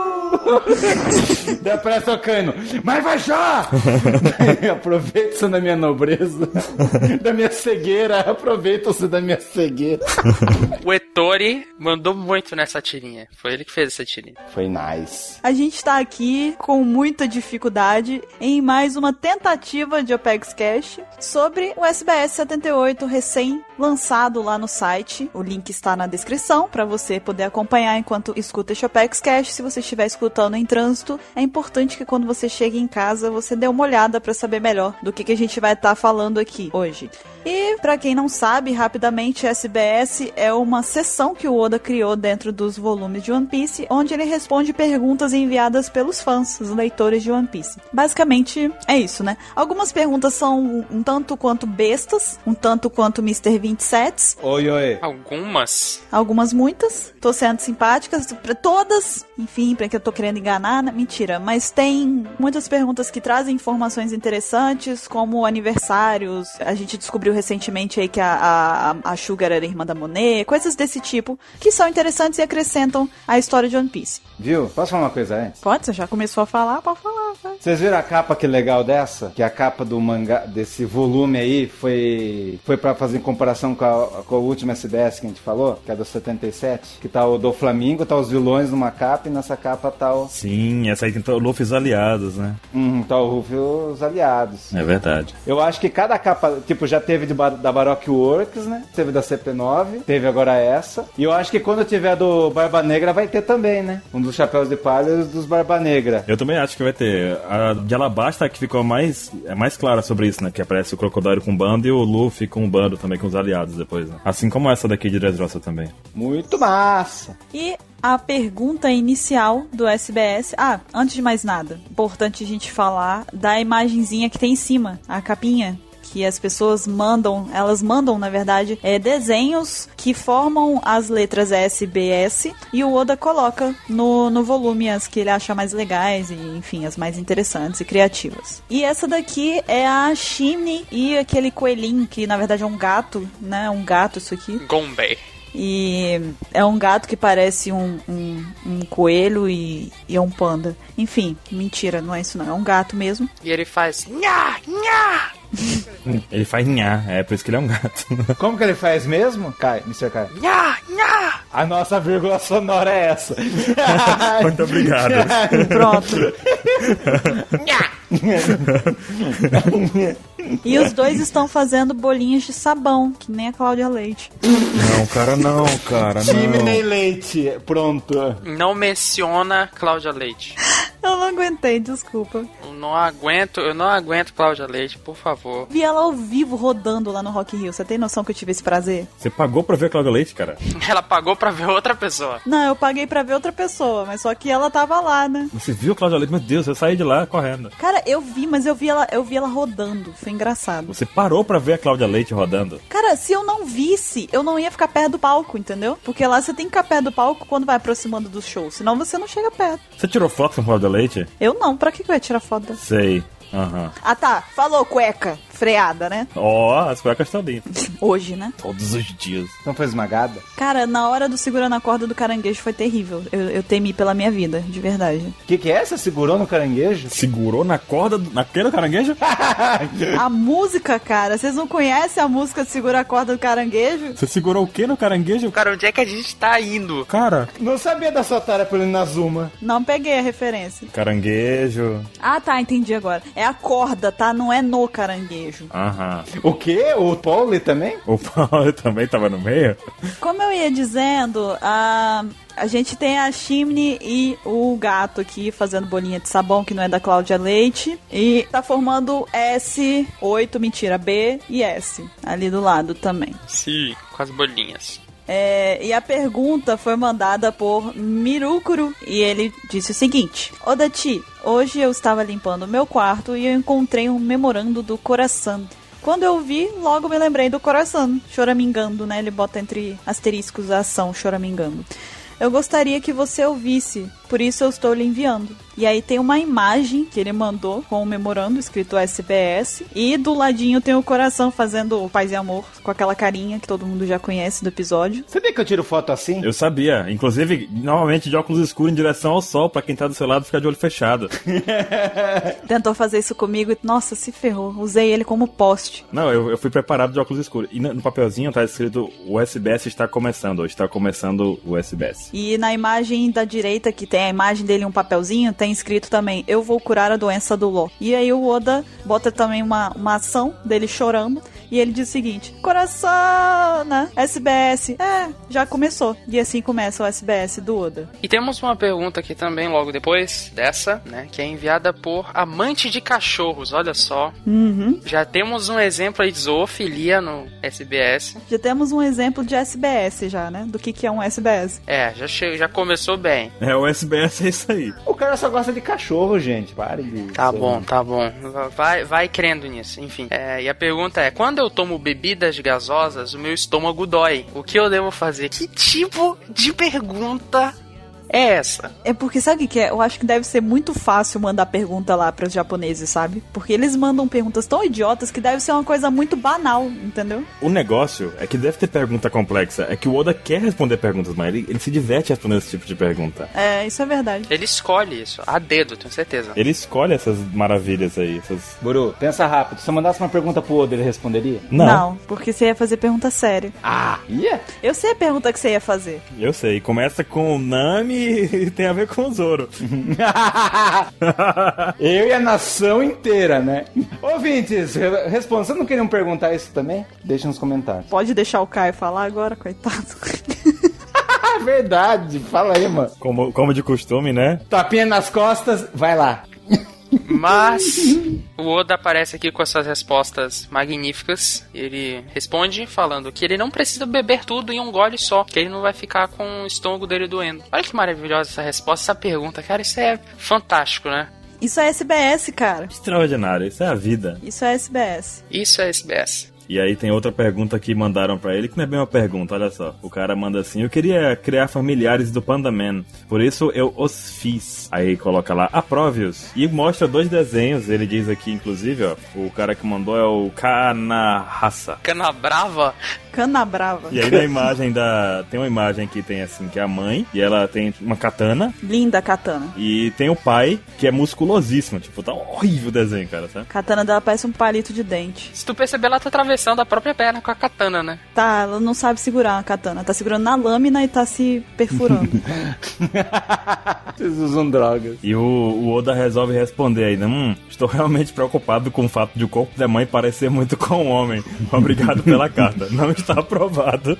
Speaker 7: Depressa o cano. Mas vai já! Aproveita-se da minha nobreza, da minha cegueira. Aproveita-se da minha cegueira.
Speaker 4: O Ettore mandou muito nessa tirinha. Foi ele que fez essa tirinha.
Speaker 7: Foi nice.
Speaker 2: A gente tá aqui com muita dificuldade em mais uma tentativa de OPEX Cash sobre o SBS 78 recém-lançado lá no site. O link está na descrição para você poder acompanhar enquanto escuta este OPEX Cash. Se você estiver escutando em trânsito, é importante que quando você chegue em casa você dê uma olhada para saber melhor do que, que a gente vai estar falando aqui hoje. E para quem não sabe, rapidamente, SBS é uma sessão que o Oda criou dentro dos volumes de One Piece, onde ele responde perguntas enviadas pelos fãs, os leitores de One Piece. Basicamente é isso, né? Algumas perguntas são um- um tanto quanto bestas, um tanto quanto Mr. 27,
Speaker 7: Oi, oi.
Speaker 4: Algumas?
Speaker 2: Algumas, muitas. Tô sendo simpáticas pra todas. Enfim, pra que eu tô querendo enganar. né? Mentira. Mas tem muitas perguntas que trazem informações interessantes, como aniversários. A gente descobriu recentemente aí que a, a, a- a Sugar era irmã da Monet. Coisas desse tipo que são interessantes e acrescentam a história de One Piece.
Speaker 7: Viu? Posso falar uma coisa antes?
Speaker 2: Pode? Você já começou a falar? Pode falar, vai.
Speaker 7: Vocês viram a capa que legal dessa? Que a capa do mangá, desse volume aí, foi foi para fazer em comparação com a, com a última SBS que a gente falou, que é do 77, que tá o do Flamingo, tá os vilões numa capa e nessa capa tá o,
Speaker 1: Sim, essa aí tem to- Luffy's aliados, né?
Speaker 7: uhum, tá o Ruff e os aliados.
Speaker 1: É verdade.
Speaker 7: Eu acho que cada capa, tipo, já teve de Bar- da Baroque Works, né? Teve da CP9, teve agora essa. E eu acho que quando tiver do Barba Negra vai ter também, né? Um dos chapéus de palha e os dos Barba Negra.
Speaker 1: Eu também acho que vai ter. A de Alabasta que ficou mais, é mais clara sobre isso, né? Que aparece o Crocodile com o bando e o Luffy com o bando também, com os aliados depois, né? Assim como essa daqui de Dressrosa também.
Speaker 7: Muito massa!
Speaker 2: E a pergunta inicial do SBS. Ah, antes de mais nada, importante a gente falar da imagenzinha que tem em cima, a capinha. Que as pessoas mandam, elas mandam, na verdade, é, desenhos que formam as letras S, B, S e o Oda coloca no, no volume as que ele acha mais legais e, enfim, as mais interessantes e criativas. E essa daqui é a Shimne e aquele coelhinho, que na verdade é um gato, né? É Um gato isso aqui.
Speaker 4: Gombei.
Speaker 2: E é um gato que parece um, um, um coelho e, e é um panda. Enfim, mentira, não é isso não. É um gato mesmo.
Speaker 4: E ele faz. Nha, nha!
Speaker 1: Ele faz nha, é por isso que ele é um gato.
Speaker 7: Como que ele faz mesmo? Kai, Mr. Kai.
Speaker 4: Nha, nha!
Speaker 7: A nossa vírgula sonora é essa.
Speaker 1: Muito obrigado.
Speaker 2: Pronto. e os dois estão fazendo bolinhas de sabão, que nem a Cláudia Leite.
Speaker 1: Não, cara, não, cara,
Speaker 7: Time nem leite. Pronto.
Speaker 4: Não menciona Cláudia Leite.
Speaker 2: Eu não aguentei, desculpa.
Speaker 4: Eu não aguento, eu não aguento Cláudia Leite, por favor.
Speaker 2: Vi ela ao vivo rodando lá no Rock Hill. Você tem noção que eu tive esse prazer?
Speaker 1: Você pagou pra ver Cláudio Leite, cara?
Speaker 4: Ela pagou pra ver outra pessoa.
Speaker 2: Não, eu paguei pra ver outra pessoa, mas só que ela tava lá, né?
Speaker 1: Você viu Cláudio Leite? Meu Deus, eu saí de lá correndo.
Speaker 2: Cara, eu vi, mas eu vi ela, eu vi ela rodando. Foi engraçado.
Speaker 1: Você parou pra ver a Cláudia Leite rodando?
Speaker 2: Cara, se eu não visse, eu não ia ficar perto do palco, entendeu? Porque lá você tem que ficar perto do palco quando vai aproximando do show, senão você não chega perto.
Speaker 1: Você tirou foto com Cláudia Leite?
Speaker 2: Eu não, pra que que eu ia tirar foto dessa?
Speaker 1: Sei. Aham.
Speaker 2: Ah tá, falou cueca, freada, né?
Speaker 1: Ó, as cuecas estão dentro.
Speaker 2: Hoje, né?
Speaker 1: Todos os dias.
Speaker 7: Não foi esmagada?
Speaker 2: Cara, na hora do segurando a corda do caranguejo foi terrível. Eu, eu temi pela minha vida, de verdade.
Speaker 7: O que, que é essa? Segurou no caranguejo?
Speaker 1: Segurou na corda do... naquele caranguejo?
Speaker 2: A música, cara, vocês não conhecem a música de Segura a Corda do Caranguejo?
Speaker 1: Você segurou o que no caranguejo?
Speaker 4: Cara, onde é que a gente tá indo?
Speaker 1: Cara.
Speaker 7: Não sabia dessa tarefa pelo Inazuma.
Speaker 2: Não peguei a referência.
Speaker 1: Caranguejo.
Speaker 2: Ah tá, entendi agora. É a corda, tá? Não é no caranguejo.
Speaker 1: Aham.
Speaker 7: O quê? O Pauli também?
Speaker 1: O Paulo também tava no meio?
Speaker 2: Como eu ia dizendo, a, a gente tem a Chimney e o gato aqui fazendo bolinha de sabão, que não é da Cláudia Leite. E tá formando S8, mentira, B e S ali do lado também.
Speaker 4: Sim, com as bolinhas.
Speaker 2: É, e a pergunta foi mandada por Mirukuru e ele disse o seguinte: Odati, hoje eu estava limpando o meu quarto e eu encontrei um memorando do coração. Quando eu vi, logo me lembrei do coração, choramingando, né? Ele bota entre asteriscos a ação, choramingando. Eu gostaria que você ouvisse, por isso eu estou lhe enviando. E aí tem uma imagem que ele mandou com o memorando escrito SBS e do ladinho tem o coração fazendo paz e amor com aquela carinha que todo mundo já conhece do episódio.
Speaker 7: Sabia que eu tiro foto assim?
Speaker 1: Eu sabia. Inclusive, normalmente de óculos escuros em direção ao sol, pra quem tá do seu lado ficar de olho fechado.
Speaker 2: Tentou fazer isso comigo e nossa, se ferrou. Usei ele como poste.
Speaker 1: Não, eu, eu fui preparado de óculos escuros. E no no papelzinho tá escrito o SBS está começando, ou está começando o SBS.
Speaker 2: E na imagem da direita, que tem a imagem dele em um papelzinho, tem escrito também: Eu vou curar a doença do Ló. E aí o Oda bota também uma, uma ação dele chorando. E ele diz o seguinte: Coração, né? SBS. É, já começou. E assim começa o SBS do Oda.
Speaker 4: E temos uma pergunta aqui também logo depois dessa, né? Que é enviada por amante de cachorros, olha só.
Speaker 2: Uhum.
Speaker 4: Já temos um exemplo aí de zoofilia no SBS.
Speaker 2: Já temos um exemplo de SBS já, né? Do que, que é um SBS.
Speaker 4: É, já, che... já começou bem.
Speaker 1: É, o SBS é isso aí.
Speaker 7: O cara só gosta de cachorro, gente. Pare de. um-
Speaker 4: Tá bom, tá bom. Vai, vai crendo nisso. Enfim, é, e a pergunta é: quando eu tomo bebidas gasosas, o meu estômago dói. O que eu devo fazer? Que tipo de pergunta é essa?
Speaker 2: É porque sabe o que que é? Eu acho que deve ser muito fácil mandar pergunta lá para os japoneses, sabe? Porque eles mandam perguntas tão idiotas que deve ser uma coisa muito banal, entendeu?
Speaker 1: O negócio é que deve ter pergunta complexa. É que o Oda quer responder perguntas, mas ele, ele se diverte respondendo esse tipo de pergunta.
Speaker 2: É, isso é verdade.
Speaker 4: Ele escolhe isso, a dedo, tenho certeza.
Speaker 1: Ele escolhe essas maravilhas aí, essas.
Speaker 7: Buru, pensa rápido. Se eu mandasse uma pergunta pro Oda, ele responderia?
Speaker 1: Não,
Speaker 2: porque você ia fazer pergunta séria.
Speaker 7: Ah, ia?
Speaker 2: Eu sei a pergunta que você ia fazer.
Speaker 1: eu sei. Começa com o Nami e tem a ver com o Zoro.
Speaker 7: eu e a nação inteira, né? Ouvintes, re- responda. Vocês não queriam perguntar isso também? Deixa nos comentários.
Speaker 2: Pode deixar o Caio falar agora, coitado.
Speaker 7: Ah, verdade. Fala aí, mano.
Speaker 1: Como, como de costume, né?
Speaker 7: Tapinha nas costas, vai lá.
Speaker 4: Mas o Oda aparece aqui com essas respostas magníficas. Ele responde falando que ele não precisa beber tudo em um gole só, que ele não vai ficar com o estômago dele doendo. Olha que maravilhosa essa resposta, essa pergunta, cara, isso é fantástico, né?
Speaker 2: Isso é SBS, cara.
Speaker 1: Extraordinário, isso é a vida.
Speaker 2: Isso é SBS.
Speaker 4: Isso é SBS.
Speaker 1: E aí tem outra pergunta que mandaram pra ele, que não é bem uma pergunta, olha só. O cara manda assim: "Eu queria criar familiares do Panda Man, por isso eu os fiz". Aí coloca lá: "Aprove-os". E mostra dois desenhos, ele diz aqui inclusive, ó, o cara que mandou é o Kanahasa.
Speaker 4: Cana brava?
Speaker 2: Cana brava.
Speaker 1: E aí na imagem da tem uma imagem que tem assim que é a mãe e ela tem uma katana
Speaker 2: Linda a katana.
Speaker 1: e tem o pai que é musculosíssimo, tipo, tá horrível o desenho, cara, sabe?
Speaker 2: Katana dela parece um palito de dente.
Speaker 4: Se tu perceber, ela tá atravessando a própria perna com a katana, né?
Speaker 2: Tá, ela não sabe segurar a katana. Tá segurando na lâmina e tá se perfurando.
Speaker 7: Vocês usam drogas.
Speaker 1: E o, o Oda resolve responder ainda. Hum, estou realmente preocupado com o fato de o corpo da mãe parecer muito com o homem. Obrigado pela carta. Não está aprovado.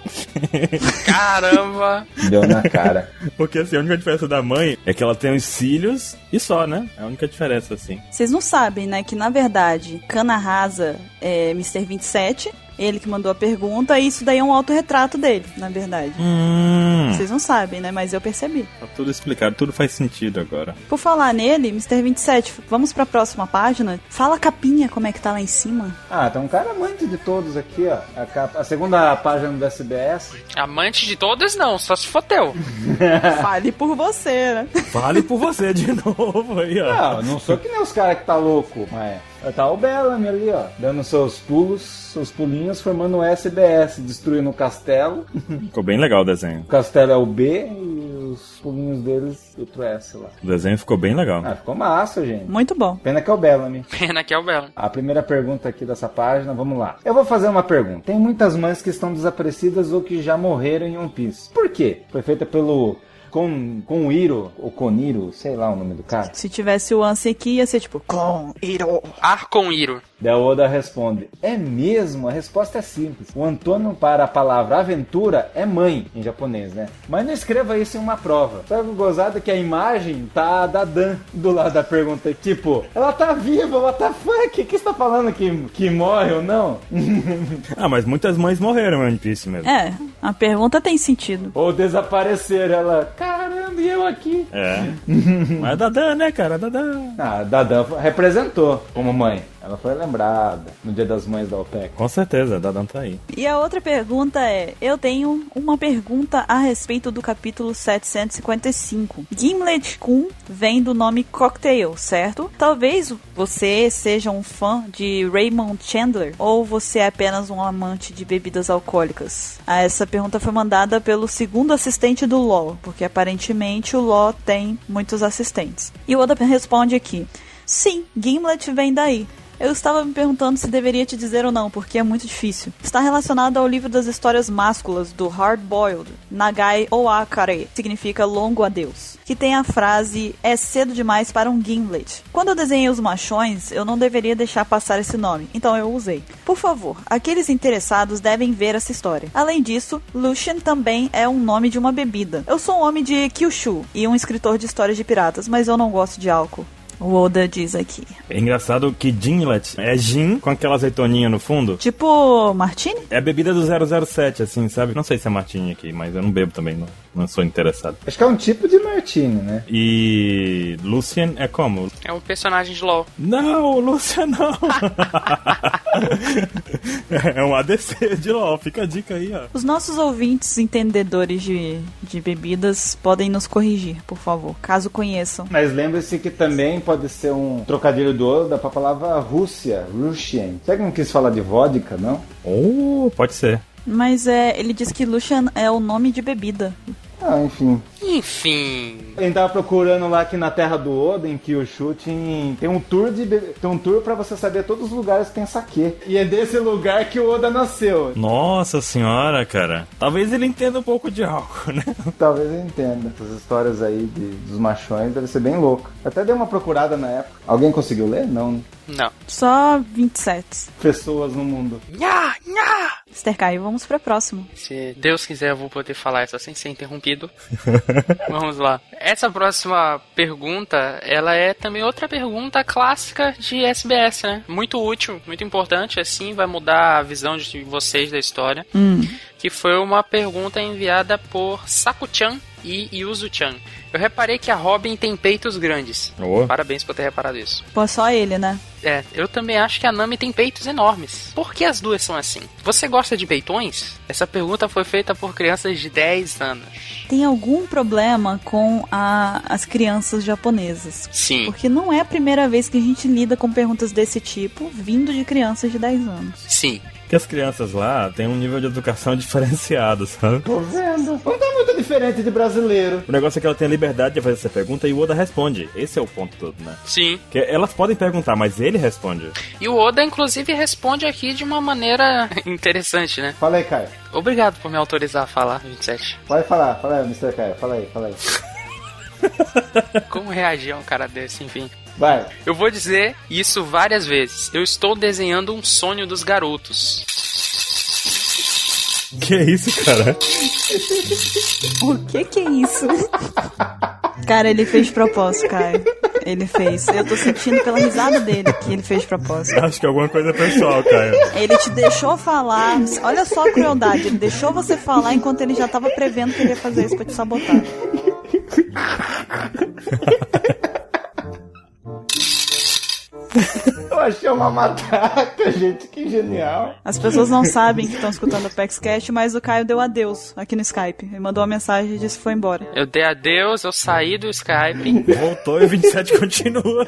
Speaker 4: Caramba!
Speaker 7: Deu na cara.
Speaker 1: Porque assim, a única diferença da mãe é que ela tem os cílios e só, né? É a única diferença, assim.
Speaker 2: Vocês não sabem, né, que na verdade, Cana Rasa é Mr. 27, ele que mandou a pergunta, e isso daí é um autorretrato dele, na verdade.
Speaker 1: Hum.
Speaker 2: Vocês não sabem, né, mas eu percebi.
Speaker 1: Tá tudo explicado, tudo faz sentido agora.
Speaker 2: Por falar nele, Mr. 27, vamos pra próxima página. Fala a capinha como é que tá lá em cima.
Speaker 7: Ah, tem um cara amante de todos aqui, ó. A, capa- a segunda página do SBS.
Speaker 4: Amante de todas, não, só se for teu.
Speaker 2: Fale por você, né?
Speaker 1: Vale por você de novo aí, ó.
Speaker 7: Não, Tá, não sou que nem os caras que tá louco, mas. Tá o Bellamy ali, ó. Dando seus pulos, seus pulinhos, formando o SBS, destruindo o castelo.
Speaker 1: Ficou bem legal o desenho.
Speaker 7: O castelo é o B e os pulinhos deles, outro S lá.
Speaker 1: O desenho ficou bem legal.
Speaker 7: Ah, ficou massa, gente.
Speaker 2: Muito bom.
Speaker 7: Pena que é o Bellamy.
Speaker 4: Pena que é o Belo.
Speaker 7: A primeira pergunta aqui dessa página, vamos lá. Eu vou fazer uma pergunta. Tem muitas mães que estão desaparecidas ou que já morreram em One Piece. Por quê? Foi feita pelo com, com o Iro, ou Coniro, sei lá o nome do cara.
Speaker 2: Se tivesse o Ansem aqui, ia ser tipo, com Iro.
Speaker 4: Arconiro.
Speaker 7: Daí o Oda responde: É mesmo? A resposta é simples. O antônimo para a palavra aventura é mãe, em japonês, né? Mas não escreva isso em uma prova. Sabe o gozado que a imagem tá da Dan do lado da pergunta, tipo, ela tá viva, what the fuck? O que você tá falando que, que morre ou não?
Speaker 1: Ah, mas muitas mães morreram em One Piece mesmo.
Speaker 2: É, a pergunta tem sentido.
Speaker 7: ou desaparecer, ela, caramba, e eu aqui?
Speaker 1: É. mas é Dadan, né, cara? Dadan.
Speaker 7: Ah, a Dadan representou como mãe. Ela foi lembrada no dia das mães da OPEC.
Speaker 1: Com certeza, Dadan tá aí.
Speaker 2: E a outra pergunta é: eu tenho uma pergunta a respeito do capítulo 755. Gimlet Kun vem do nome Cocktail, certo? Talvez você seja um fã de Raymond Chandler ou você é apenas um amante de bebidas alcoólicas. Ah, Essa pergunta foi mandada pelo segundo assistente do LoL, porque aparentemente o LoL tem muitos assistentes. E o Oda responde aqui: Sim, Gimlet vem daí. Eu estava me perguntando se deveria te dizer ou não, porque é muito difícil. Está relacionado ao livro das histórias másculas do Hard Boiled, Nagai Oakare, significa longo adeus, que tem a frase é cedo demais para um gimlet. Quando eu desenhei os machões, eu não deveria deixar passar esse nome, então eu usei. Por favor, aqueles interessados devem ver essa história. Além disso, Lucian também é um nome de uma bebida. Eu sou um homem de Kyushu e um escritor de histórias de piratas, mas eu não gosto de álcool. O Oda diz aqui.
Speaker 1: É engraçado que Ginlet é gin com aquela azeitoninha no fundo.
Speaker 2: Tipo, Martini?
Speaker 1: É a bebida do 007, assim, sabe? Não sei se é martini aqui, mas eu não bebo também, não, não sou interessado.
Speaker 7: Acho que é um tipo de martini, né?
Speaker 1: E Lucian é como?
Speaker 4: É um personagem de LOL.
Speaker 1: Não, Lucian não! é um ADC de LOL, fica a dica aí, ó.
Speaker 2: Os nossos ouvintes entendedores de, de bebidas podem nos corrigir, por favor, caso conheçam.
Speaker 7: Mas lembre-se que também pode ser um trocadilho do Oda pra palavra Rússia, Russian. Será que não quis falar de vodka, não?
Speaker 1: Oh, pode ser.
Speaker 2: Mas é, ele diz que Lucian é o nome de bebida.
Speaker 7: Ah, enfim.
Speaker 4: Enfim.
Speaker 7: A gente tava procurando lá aqui na terra do Oda, em Kyushu, tem, tem um tour de be- tem um tour pra você saber todos os lugares que tem saque. E é desse lugar que o Oda nasceu.
Speaker 1: Nossa senhora, cara. Talvez ele entenda um pouco de álcool, né?
Speaker 7: Talvez eu entenda. Essas histórias aí de- dos machões deve ser bem louco. Até dei uma procurada na época. Alguém conseguiu ler? Não. né?
Speaker 4: Não.
Speaker 2: Só 27.
Speaker 7: Pessoas no mundo.
Speaker 4: Nha, nha.
Speaker 2: Mr. Caio, vamos pra próxima.
Speaker 4: Se Deus quiser, eu vou poder falar essa sem ser interrompido. Vamos lá. Essa próxima pergunta, ela é também outra pergunta clássica de SBS, né? Muito útil, muito importante, assim vai mudar a visão de vocês da história. Que foi uma pergunta enviada por Saku-chan e Yuzu-chan. Eu reparei que a Robin tem peitos grandes.
Speaker 1: Oh.
Speaker 4: Parabéns por ter reparado isso.
Speaker 2: Pô, só ele, né?
Speaker 4: É, eu também acho que a Nami tem peitos enormes. Por que as duas são assim? Você gosta de peitões? Essa pergunta foi feita por crianças de 10 anos.
Speaker 2: Tem algum problema com a- as crianças japonesas?
Speaker 4: Sim.
Speaker 2: Porque não é a primeira vez que a gente lida com perguntas desse tipo vindo de crianças de 10 anos.
Speaker 4: Sim.
Speaker 1: Que as crianças lá têm um nível de educação diferenciado, sabe?
Speaker 7: Tô vendo. Não tá muito diferente de brasileiro.
Speaker 1: O negócio é que ela tem a liberdade de fazer essa pergunta e o Oda responde. Esse é o ponto todo, né?
Speaker 4: Sim.
Speaker 1: Que elas podem perguntar, mas ele responde.
Speaker 4: E o Oda, inclusive, responde aqui de uma maneira interessante, né?
Speaker 7: Fala aí, Caio.
Speaker 4: Obrigado por me autorizar a falar, 27.
Speaker 7: Pode falar. Fala aí, Mr. Caio. Fala aí, fala aí.
Speaker 4: Como reagir a um cara desse, enfim.
Speaker 7: Vai.
Speaker 4: Eu vou dizer isso várias vezes. Eu estou desenhando um sonho dos garotos.
Speaker 1: Que isso, cara?
Speaker 2: O que que é isso? Cara, ele fez de propósito, Caio. Ele fez. Eu tô sentindo pela risada dele que ele fez de propósito.
Speaker 1: Acho que é alguma coisa pessoal, cara.
Speaker 2: Ele te deixou falar. Olha só a crueldade. Ele deixou você falar enquanto ele já tava prevendo que ele ia fazer isso pra te sabotar.
Speaker 7: Eu achei uma mataca, gente. Que genial.
Speaker 2: As pessoas não sabem que estão escutando o PaxCast, mas o Caio deu adeus aqui no Skype. Ele mandou uma mensagem e disse que foi embora.
Speaker 4: Eu dei adeus, eu saí do Skype.
Speaker 1: Voltou e o 27 continua.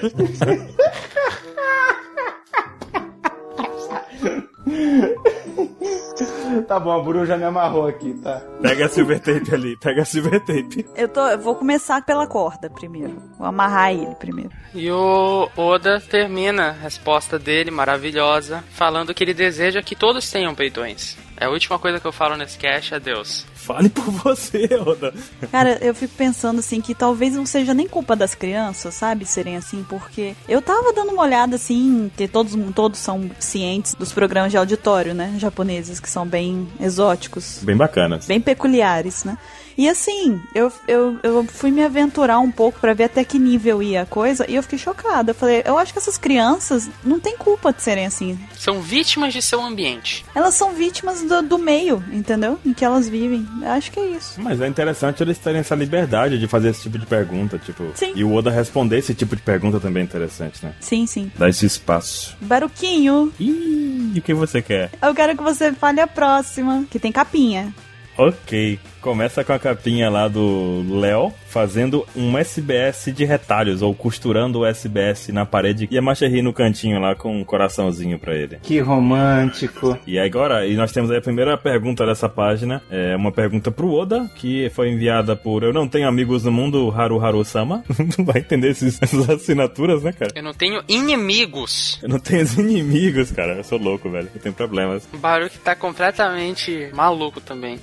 Speaker 7: Tá bom, a Buru já me amarrou aqui, tá?
Speaker 1: Pega a silver tape ali, pega a silver tape.
Speaker 2: Eu, tô, eu vou começar pela corda primeiro. Vou amarrar ele primeiro.
Speaker 4: E o Oda termina a resposta dele, maravilhosa, falando que ele deseja que todos tenham peitões. É a última coisa que eu falo nesse cast, adeus.
Speaker 1: Fale por você, Oda.
Speaker 2: Cara, eu fico pensando assim que talvez não seja nem culpa das crianças, sabe, serem assim, porque eu tava dando uma olhada assim, que todos, todos são cientes dos programas de auditório, né, japoneses, que são bem exóticos,
Speaker 1: Bem bacanas.
Speaker 2: bem peculiares, né. E assim, eu, eu, eu fui me aventurar um pouco pra ver até que nível ia a coisa e eu fiquei chocada. Eu falei, eu acho que essas crianças não têm culpa de serem assim.
Speaker 4: São vítimas de seu ambiente.
Speaker 2: Elas são vítimas do, do meio, entendeu? Em que elas vivem. Eu acho que é isso.
Speaker 1: Mas é interessante eles terem essa liberdade de fazer esse tipo de pergunta, tipo.
Speaker 2: Sim.
Speaker 1: E o Oda responder esse tipo de pergunta também é interessante, né?
Speaker 2: Sim, sim.
Speaker 1: Dá esse espaço.
Speaker 2: Baruquinho,
Speaker 1: Ih, o que você quer?
Speaker 2: eu quero que você fale a próxima, que tem capinha.
Speaker 1: Ok. Começa com a capinha lá do Léo fazendo um SBS de retalhos, ou costurando o SBS na parede. E a Macherry no cantinho lá com um coraçãozinho pra ele.
Speaker 7: Que romântico.
Speaker 1: E agora, e nós temos aí a primeira pergunta dessa página, é uma pergunta pro Oda, que foi enviada por Eu Não Tenho Amigos no Mundo, Haru Haru Sama. Não vai entender esses- essas assinaturas, né, cara?
Speaker 4: Eu não tenho inimigos.
Speaker 1: Eu não tenho os inimigos, cara. Eu sou louco, velho. Eu tenho problemas.
Speaker 4: O Baruch tá completamente maluco também.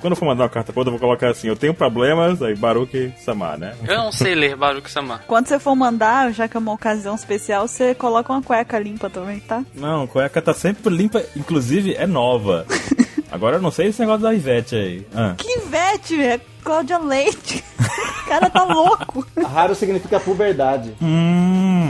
Speaker 1: Quando eu for mandar uma carta pra Oda, eu vou colocar assim, eu tenho problemas, aí Baruque Samar, né?
Speaker 4: Eu não sei ler Baruch Sama.
Speaker 2: Quando você for mandar, já que é uma ocasião especial, você coloca uma cueca limpa também, tá?
Speaker 1: Não, cueca tá sempre limpa, inclusive é nova. Agora eu não sei esse negócio da Ivete aí. Ah.
Speaker 2: Que Ivete, é Cláudia Leite. O cara tá louco.
Speaker 7: Raro significa puberdade.
Speaker 1: Hum,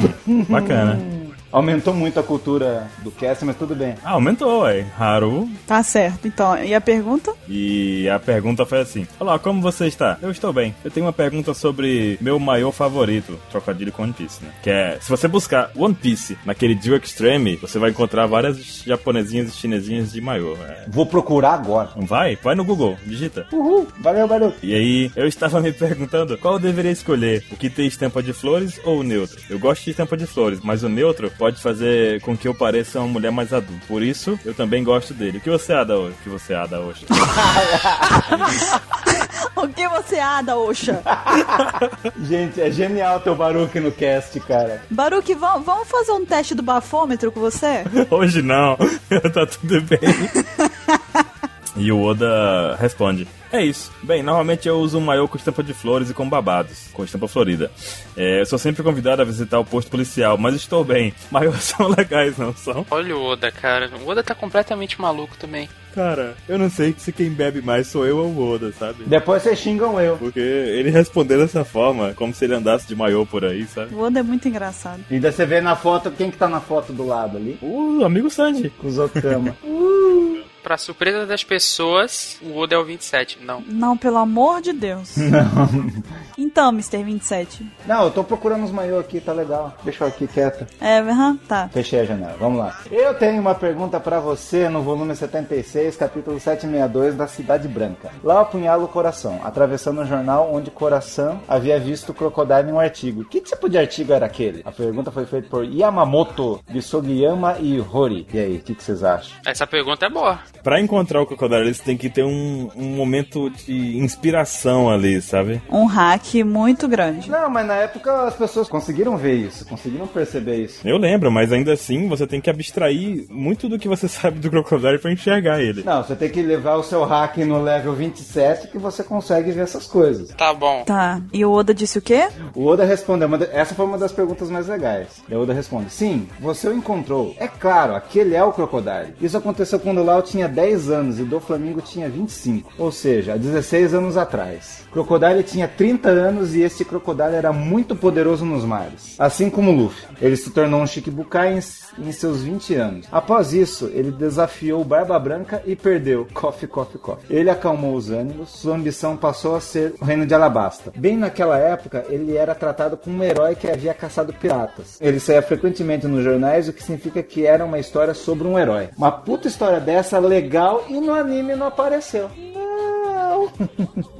Speaker 1: bacana.
Speaker 7: Aumentou muito a cultura do cast, mas tudo bem.
Speaker 1: Ah, aumentou, ué. Haru,
Speaker 2: Tá certo, então. E a pergunta?
Speaker 1: E a pergunta foi assim: Olá, como você está? Eu estou bem. Eu tenho uma pergunta sobre meu maior favorito, trocadilho com One Piece, né? Que é: se você buscar One Piece naquele Dio Extreme, você vai encontrar várias japonesinhas e chinesinhas de maiô. É.
Speaker 7: Vou procurar agora.
Speaker 1: Vai, vai no Google, digita.
Speaker 7: Uhul, valeu, valeu.
Speaker 1: E aí, eu estava me perguntando qual eu deveria escolher: o que tem estampa de flores ou o neutro? Eu gosto de estampa de flores, mas o neutro pode fazer com que eu pareça uma mulher mais adulta. Por isso, eu também gosto dele. O que você ada hoje? O que você ada hoje?
Speaker 2: O que você ada, Oxa?
Speaker 7: Gente, é genial teu Baruque no cast, cara.
Speaker 2: Baruque, vam- vamos fazer um teste do bafômetro com você?
Speaker 1: Hoje não, tá tudo bem. E o Oda responde: É isso. Bem, normalmente eu uso um maiô com estampa de flores e com babados, com estampa florida. É, eu sou sempre convidado a visitar o posto policial, mas estou bem. Maiôs são legais, não são?
Speaker 4: Olha o Oda, cara. O Oda tá completamente maluco também.
Speaker 1: Cara, eu não sei se quem bebe mais sou eu ou o Oda, sabe?
Speaker 7: Depois vocês xingam eu.
Speaker 1: Porque ele respondeu dessa forma, como se ele andasse de maiô por aí, sabe?
Speaker 2: O Oda é muito engraçado.
Speaker 7: E daí você vê na foto, quem que tá na foto do lado ali?
Speaker 1: O amigo Sanji.
Speaker 7: Com os Okama.
Speaker 4: Pra surpresa das pessoas, o Oda é o 27. Não.
Speaker 2: Não, pelo amor de Deus. Então, Mr. 27.
Speaker 7: Não, eu tô procurando os maiô aqui, tá legal. Deixa eu aqui quieto.
Speaker 2: É, aham, tá.
Speaker 7: Fechei a janela, vamos lá. Eu tenho uma pergunta pra você no volume 76, capítulo 762 da Cidade Branca. Lá eu apunhalo o coração, atravessando um jornal onde coração havia visto o crocodilo em um artigo. Que tipo de artigo era aquele? A pergunta foi feita por Yamamoto, Bisogiyama e Hori. E aí, o que, que vocês acham?
Speaker 4: Essa pergunta é boa.
Speaker 1: Pra encontrar o Crocodile, eles têm que ter um, um momento de inspiração ali, sabe?
Speaker 2: Um hack muito grande.
Speaker 7: Não, mas na época as pessoas conseguiram ver isso, conseguiram perceber isso.
Speaker 1: Eu lembro, mas ainda assim você tem que abstrair muito do que você sabe do Crocodile pra enxergar ele.
Speaker 7: Não, você tem que levar o seu hack no level 27 que você consegue ver essas coisas.
Speaker 4: Tá bom.
Speaker 2: Tá. E o Oda disse o quê?
Speaker 7: O Oda respondeu, uma da- essa foi uma das perguntas mais legais. E o Oda responde, sim, você o encontrou. É claro, aquele é o Crocodile. Isso aconteceu quando Lau tinha 10 anos e do Flamengo tinha 25, ou seja, há 16 anos atrás. Crocodile tinha 30 anos e este Crocodile era muito poderoso nos mares, assim como Luffy. Ele se tornou um Shikibukai em, s- em seus 20 anos. Após isso, ele desafiou o Barba Branca e perdeu. Coffee, coffee, coffee. Ele acalmou os ânimos, sua ambição passou a ser o reino de Alabasta. Bem naquela época, ele era tratado como um herói que havia caçado piratas. Ele saía frequentemente nos jornais, o que significa que era uma história sobre um herói. Uma puta história dessa legal e no anime não apareceu. Não!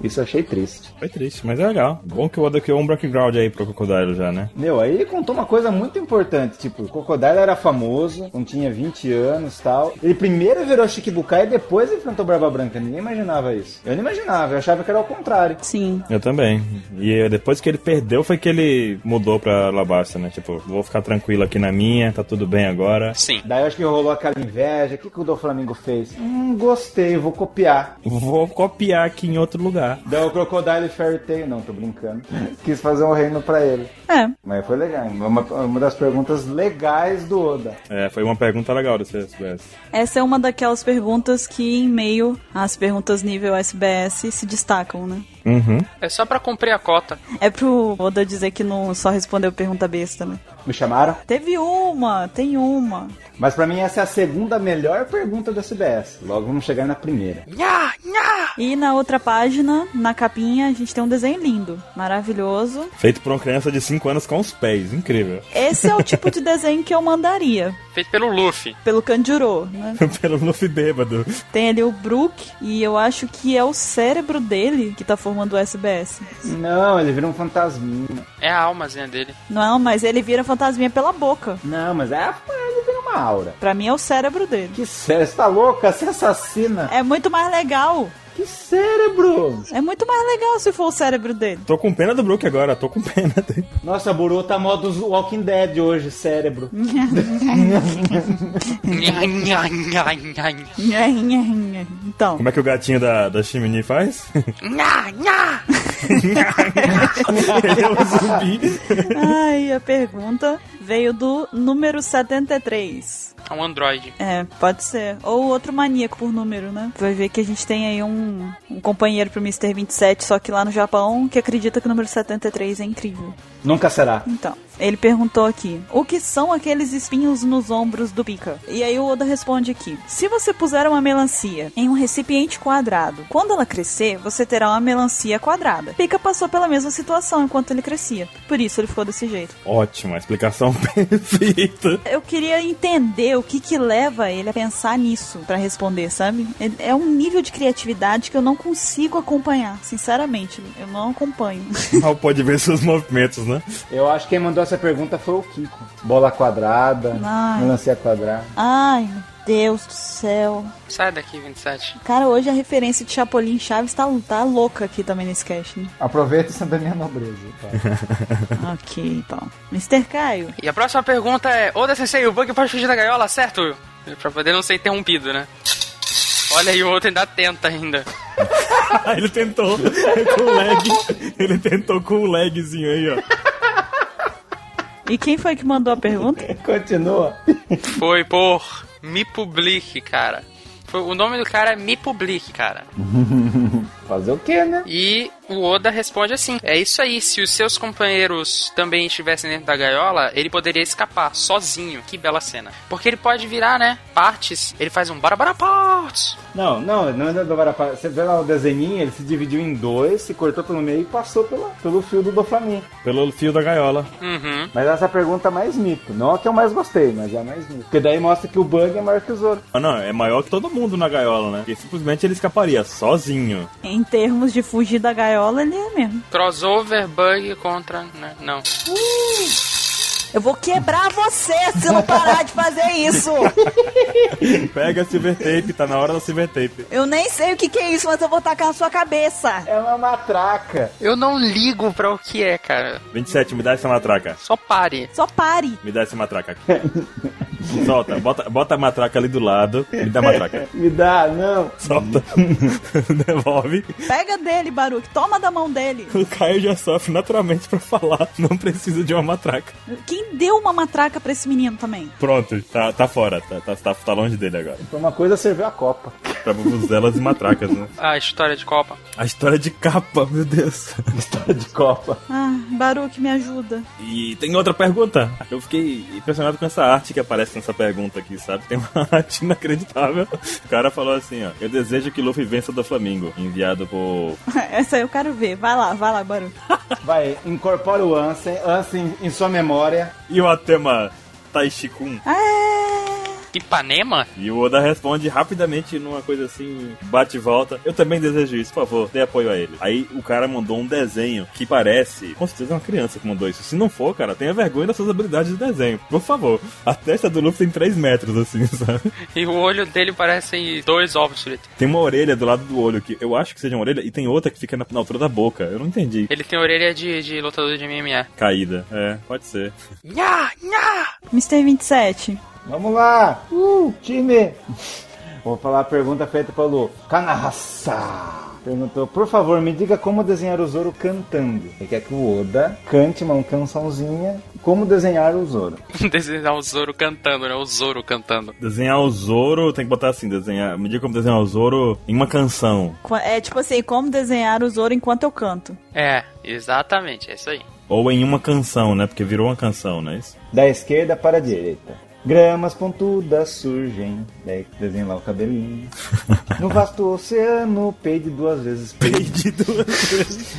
Speaker 7: Isso eu achei triste.
Speaker 1: Foi triste, mas é legal. Bom que o Oda criou um background aí pro Crocodile já, né?
Speaker 7: Meu, aí ele contou uma coisa muito importante. Tipo, o Crocodile era famoso, quando tinha 20 anos e tal. Ele primeiro virou Shikibukai e depois enfrentou Barba Branca. Ninguém imaginava isso. Eu não imaginava, eu achava que era o contrário.
Speaker 2: Sim.
Speaker 1: Eu também. E eh, depois que ele perdeu foi que ele mudou pra Alabasta, né? Tipo, vou ficar tranquilo aqui na minha, tá tudo bem agora.
Speaker 4: Sim.
Speaker 7: Daí eu acho que rolou aquela inveja. O que, que o do Flamengo fez? Hum, gostei, vou copiar.
Speaker 1: Vou copiar aqui em outro lugar.
Speaker 7: Daí o Crocodile Fairy Tail, não, tô brincando. Quis fazer um reino pra ele.
Speaker 2: É.
Speaker 7: Mas foi legal. Uma, uma das perguntas legais do Oda.
Speaker 1: É, foi uma pergunta legal desse SBS.
Speaker 2: Essa é uma daquelas perguntas que, em meio às perguntas nível SBS, se destacam, né?
Speaker 1: Uhum.
Speaker 4: É só pra cumprir a cota.
Speaker 2: É pro Oda dizer que não só respondeu pergunta besta, né?
Speaker 7: Me chamaram?
Speaker 2: Teve uma, tem uma.
Speaker 7: Mas pra mim essa é a segunda melhor pergunta do SBS. Logo vamos chegar na primeira.
Speaker 4: Nha, nha.
Speaker 2: E na outra página, na capinha, a gente tem um desenho lindo, maravilhoso.
Speaker 1: Feito por uma criança de 5 anos com os pés. Incrível.
Speaker 2: Esse é o tipo de desenho que eu mandaria,
Speaker 4: Feito pelo Luffy.
Speaker 2: pelo Kanjuro, né?
Speaker 1: Pelo Luffy bêbado.
Speaker 2: Tem ali o Brook, e eu acho que é o cérebro dele que tá formando o SBS.
Speaker 7: Não, ele vira um fantasminha.
Speaker 4: É a almazinha dele.
Speaker 2: Não, mas ele vira fantasminha pela boca.
Speaker 7: Não, mas é, ele vira uma aura.
Speaker 2: Pra mim é o cérebro dele.
Speaker 7: Que sério, você tá louca? Você assassina.
Speaker 2: É muito mais legal.
Speaker 7: Que cérebro!
Speaker 2: É muito mais legal se for o cérebro dele.
Speaker 1: Tô com pena do Brook agora, tô com pena dele.
Speaker 7: Nossa, Buru tá modo Walking Dead hoje, cérebro.
Speaker 4: Nha, nha, nha, nha, nha.
Speaker 2: Então,
Speaker 1: Como é que o gatinho da, da Chimini faz?
Speaker 4: Nha, nha.
Speaker 1: Ele é um zumbi.
Speaker 2: ai, a pergunta veio do número 73.
Speaker 4: É um androide.
Speaker 2: É, pode ser. Ou outro maníaco por número, né? Vai ver que a gente tem aí um, um companheiro pro Mr. 27, só que lá no Japão, que acredita que o número 73 é incrível.
Speaker 7: Nunca será.
Speaker 2: Então, ele perguntou aqui: O que são aqueles espinhos nos ombros do pica? E aí o Oda responde aqui: Se você puser uma melancia em um recipiente quadrado, quando ela crescer, você terá uma melancia quadrada. Pica passou pela mesma situação enquanto ele crescia. Por isso ele ficou desse jeito.
Speaker 1: Ótima, explicação perfeita.
Speaker 2: Eu queria entender o que que leva ele a pensar nisso pra responder, sabe? Ele- É um nível de criatividade que eu não consigo acompanhar, sinceramente. Eu não acompanho.
Speaker 1: Mal pode ver seus movimentos, né?
Speaker 7: Eu acho que quem mandou essa pergunta foi o Kiko. Bola quadrada,
Speaker 2: Ai.
Speaker 7: melancia quadrada.
Speaker 2: Ai, meu Deus do céu.
Speaker 4: Sai daqui, 27.
Speaker 2: Cara, hoje a referência de Chapolin Chaves tá, tá louca aqui também nesse cast, né?
Speaker 7: Aproveita isso da minha nobreza. tá?
Speaker 2: ok, então. Mr. Caio,
Speaker 4: E a próxima pergunta é: Oda Sensei, o bug pode fugir da gaiola, certo? Pra poder não ser interrompido, né? Olha aí, o outro ainda tenta ainda.
Speaker 1: Ah, ele tentou com o lag. Ele tentou com o lagzinho aí, ó.
Speaker 2: e quem foi que mandou a pergunta?
Speaker 7: Continua.
Speaker 4: Foi por Me Publique, cara. Foi, o nome do cara é Me Publique, cara.
Speaker 7: Fazer o quê, né?
Speaker 4: E o Oda responde assim: É isso aí, se os seus companheiros também estivessem dentro da gaiola, ele poderia escapar sozinho. Que bela cena. Porque ele pode virar, né? Partes. Ele faz um barabara parts.
Speaker 7: Não, não, não é do Guarapá. Você vê lá o desenhinho, ele se dividiu em dois, se cortou pelo meio e passou pela, pelo fio do Doflamin.
Speaker 1: Pelo fio da gaiola.
Speaker 4: Uhum.
Speaker 7: Mas essa pergunta é mais mito. Não a que eu mais gostei, mas é a mais mito. Porque daí mostra que o bug é maior que os outros.
Speaker 1: Ah, não, é maior que todo mundo na gaiola, né? Porque simplesmente ele escaparia sozinho.
Speaker 2: Em termos de fugir da gaiola, ele é mesmo.
Speaker 4: Crossover bug contra. Né? Não.
Speaker 2: Eu vou quebrar você se não parar de fazer isso!
Speaker 1: Pega a silver tape, tá na hora da silver tape.
Speaker 2: Eu nem sei o que, que é isso, mas eu vou tacar na sua cabeça!
Speaker 7: É uma matraca.
Speaker 4: Eu não ligo pra o que é, cara.
Speaker 1: 27, me dá essa matraca.
Speaker 4: Só pare.
Speaker 2: Só pare!
Speaker 1: Me dá essa matraca aqui. Solta, bota, bota a matraca ali do lado. Me dá a matraca.
Speaker 7: Me dá, não.
Speaker 1: Solta. Devolve.
Speaker 2: Pega dele, Baruque, toma da mão dele!
Speaker 1: O Caio já sofre naturalmente pra falar. Não precisa de uma matraca.
Speaker 2: Quem deu uma matraca pra esse menino também?
Speaker 1: Pronto, tá, tá fora. Tá, tá, tá- tá longe dele agora.
Speaker 7: Pra uma coisa serviu a copa.
Speaker 1: Pra bubuzelas Tá e matracas, né?
Speaker 4: A história de Copa.
Speaker 1: A história de capa, meu Deus.
Speaker 7: História de copa.
Speaker 2: Ah, Baruque, me ajuda.
Speaker 1: E tem outra pergunta. Eu fiquei impressionado com essa arte que aparece nessa pergunta aqui, sabe? Tem uma arte inacreditável. O cara falou assim, ó. Eu desejo que Luffy vença do Flamengo. Enviado por...
Speaker 2: Essa eu quero ver. Vai lá, vai lá, Baruque.
Speaker 7: Vai, incorpora o Ansem. Ansem em sua memória.
Speaker 1: E o Atema Taishikun.
Speaker 2: Ah,
Speaker 4: Ipanema?
Speaker 1: E o Oda responde rapidamente numa coisa assim, bate e volta. Eu também desejo isso, por favor, dê apoio a ele. Aí o cara mandou um desenho que parece, com certeza é uma criança que mandou isso. Se não for, cara, tenha vergonha das suas habilidades de desenho. Por favor, a testa do Luffy tem 3 metros, assim, sabe?
Speaker 4: E o olho dele parece dois ovos fritos.
Speaker 1: Tem uma orelha do lado do olho, que eu acho que seja uma orelha, e tem outra que fica na, na altura da boca. Eu não entendi.
Speaker 4: Ele tem orelha de, de lutador de MMA.
Speaker 1: Caída, é, pode ser.
Speaker 4: Nha, nha!
Speaker 2: Mr. 27.
Speaker 7: Vamos lá! Uh, time! Vou falar a pergunta feita pelo Kanahasa. Perguntou, por favor, me diga como desenhar o Zoro cantando. Ele quer que o Oda cante uma cançãozinha. Como desenhar o Zoro.
Speaker 4: Desenhar o Zoro cantando, né? O Zoro cantando.
Speaker 1: Desenhar o Zoro, tem que botar assim, desenhar. Me diga como desenhar o Zoro em uma canção.
Speaker 2: Qua- É tipo assim, como desenhar o Zoro enquanto eu canto.
Speaker 4: É, exatamente, é isso aí.
Speaker 1: Ou em uma canção, né? Porque virou uma canção, não é isso?
Speaker 7: Da esquerda para a direita. Gramas pontudas surgem. Daí desenha lá o cabelinho. No vasto oceano, peide duas vezes. Peide.
Speaker 1: De duas vezes.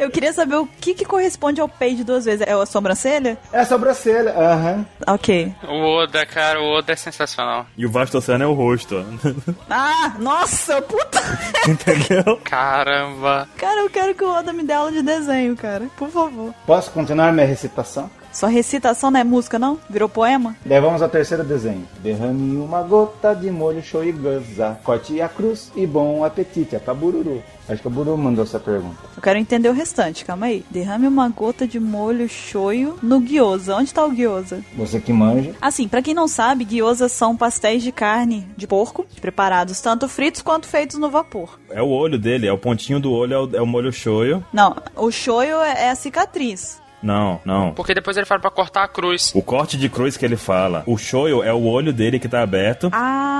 Speaker 2: Eu queria saber o que, que corresponde ao peito duas vezes. É a sobrancelha?
Speaker 7: É a sobrancelha. Aham.
Speaker 2: Ok.
Speaker 4: O Oda, cara, o Oda é sensacional.
Speaker 1: E o vasto oceano é o rosto, ó.
Speaker 2: Ah, nossa, puta!
Speaker 1: entendeu?
Speaker 4: Caramba.
Speaker 2: Cara, eu quero que o Oda me dê aula de desenho, cara. Por favor.
Speaker 7: Posso continuar minha recitação?
Speaker 2: Sua recitação não é música, não? Virou poema?
Speaker 7: Daí vamos ao terceiro desenho. Derrame uma gota de molho shoigaza. Corte a cruz e bom apetite. É pra Bururu. Acho que a Bururu mandou essa pergunta.
Speaker 2: Eu quero entender o restante, calma aí. Derrame uma gota de molho shoyu no gyoza. Onde tá o gyoza?
Speaker 7: Você que manja.
Speaker 2: Assim, pra quem não sabe, gyozas são pastéis de carne de porco, preparados tanto fritos quanto feitos no vapor.
Speaker 1: É o olho dele, é o pontinho do olho, é o, é o molho shoyu.
Speaker 2: Não, o shoyu é a cicatriz.
Speaker 1: Não, não.
Speaker 4: Porque depois ele fala pra cortar a cruz.
Speaker 1: O corte de cruz que ele fala. O shoyu é o olho dele que tá aberto.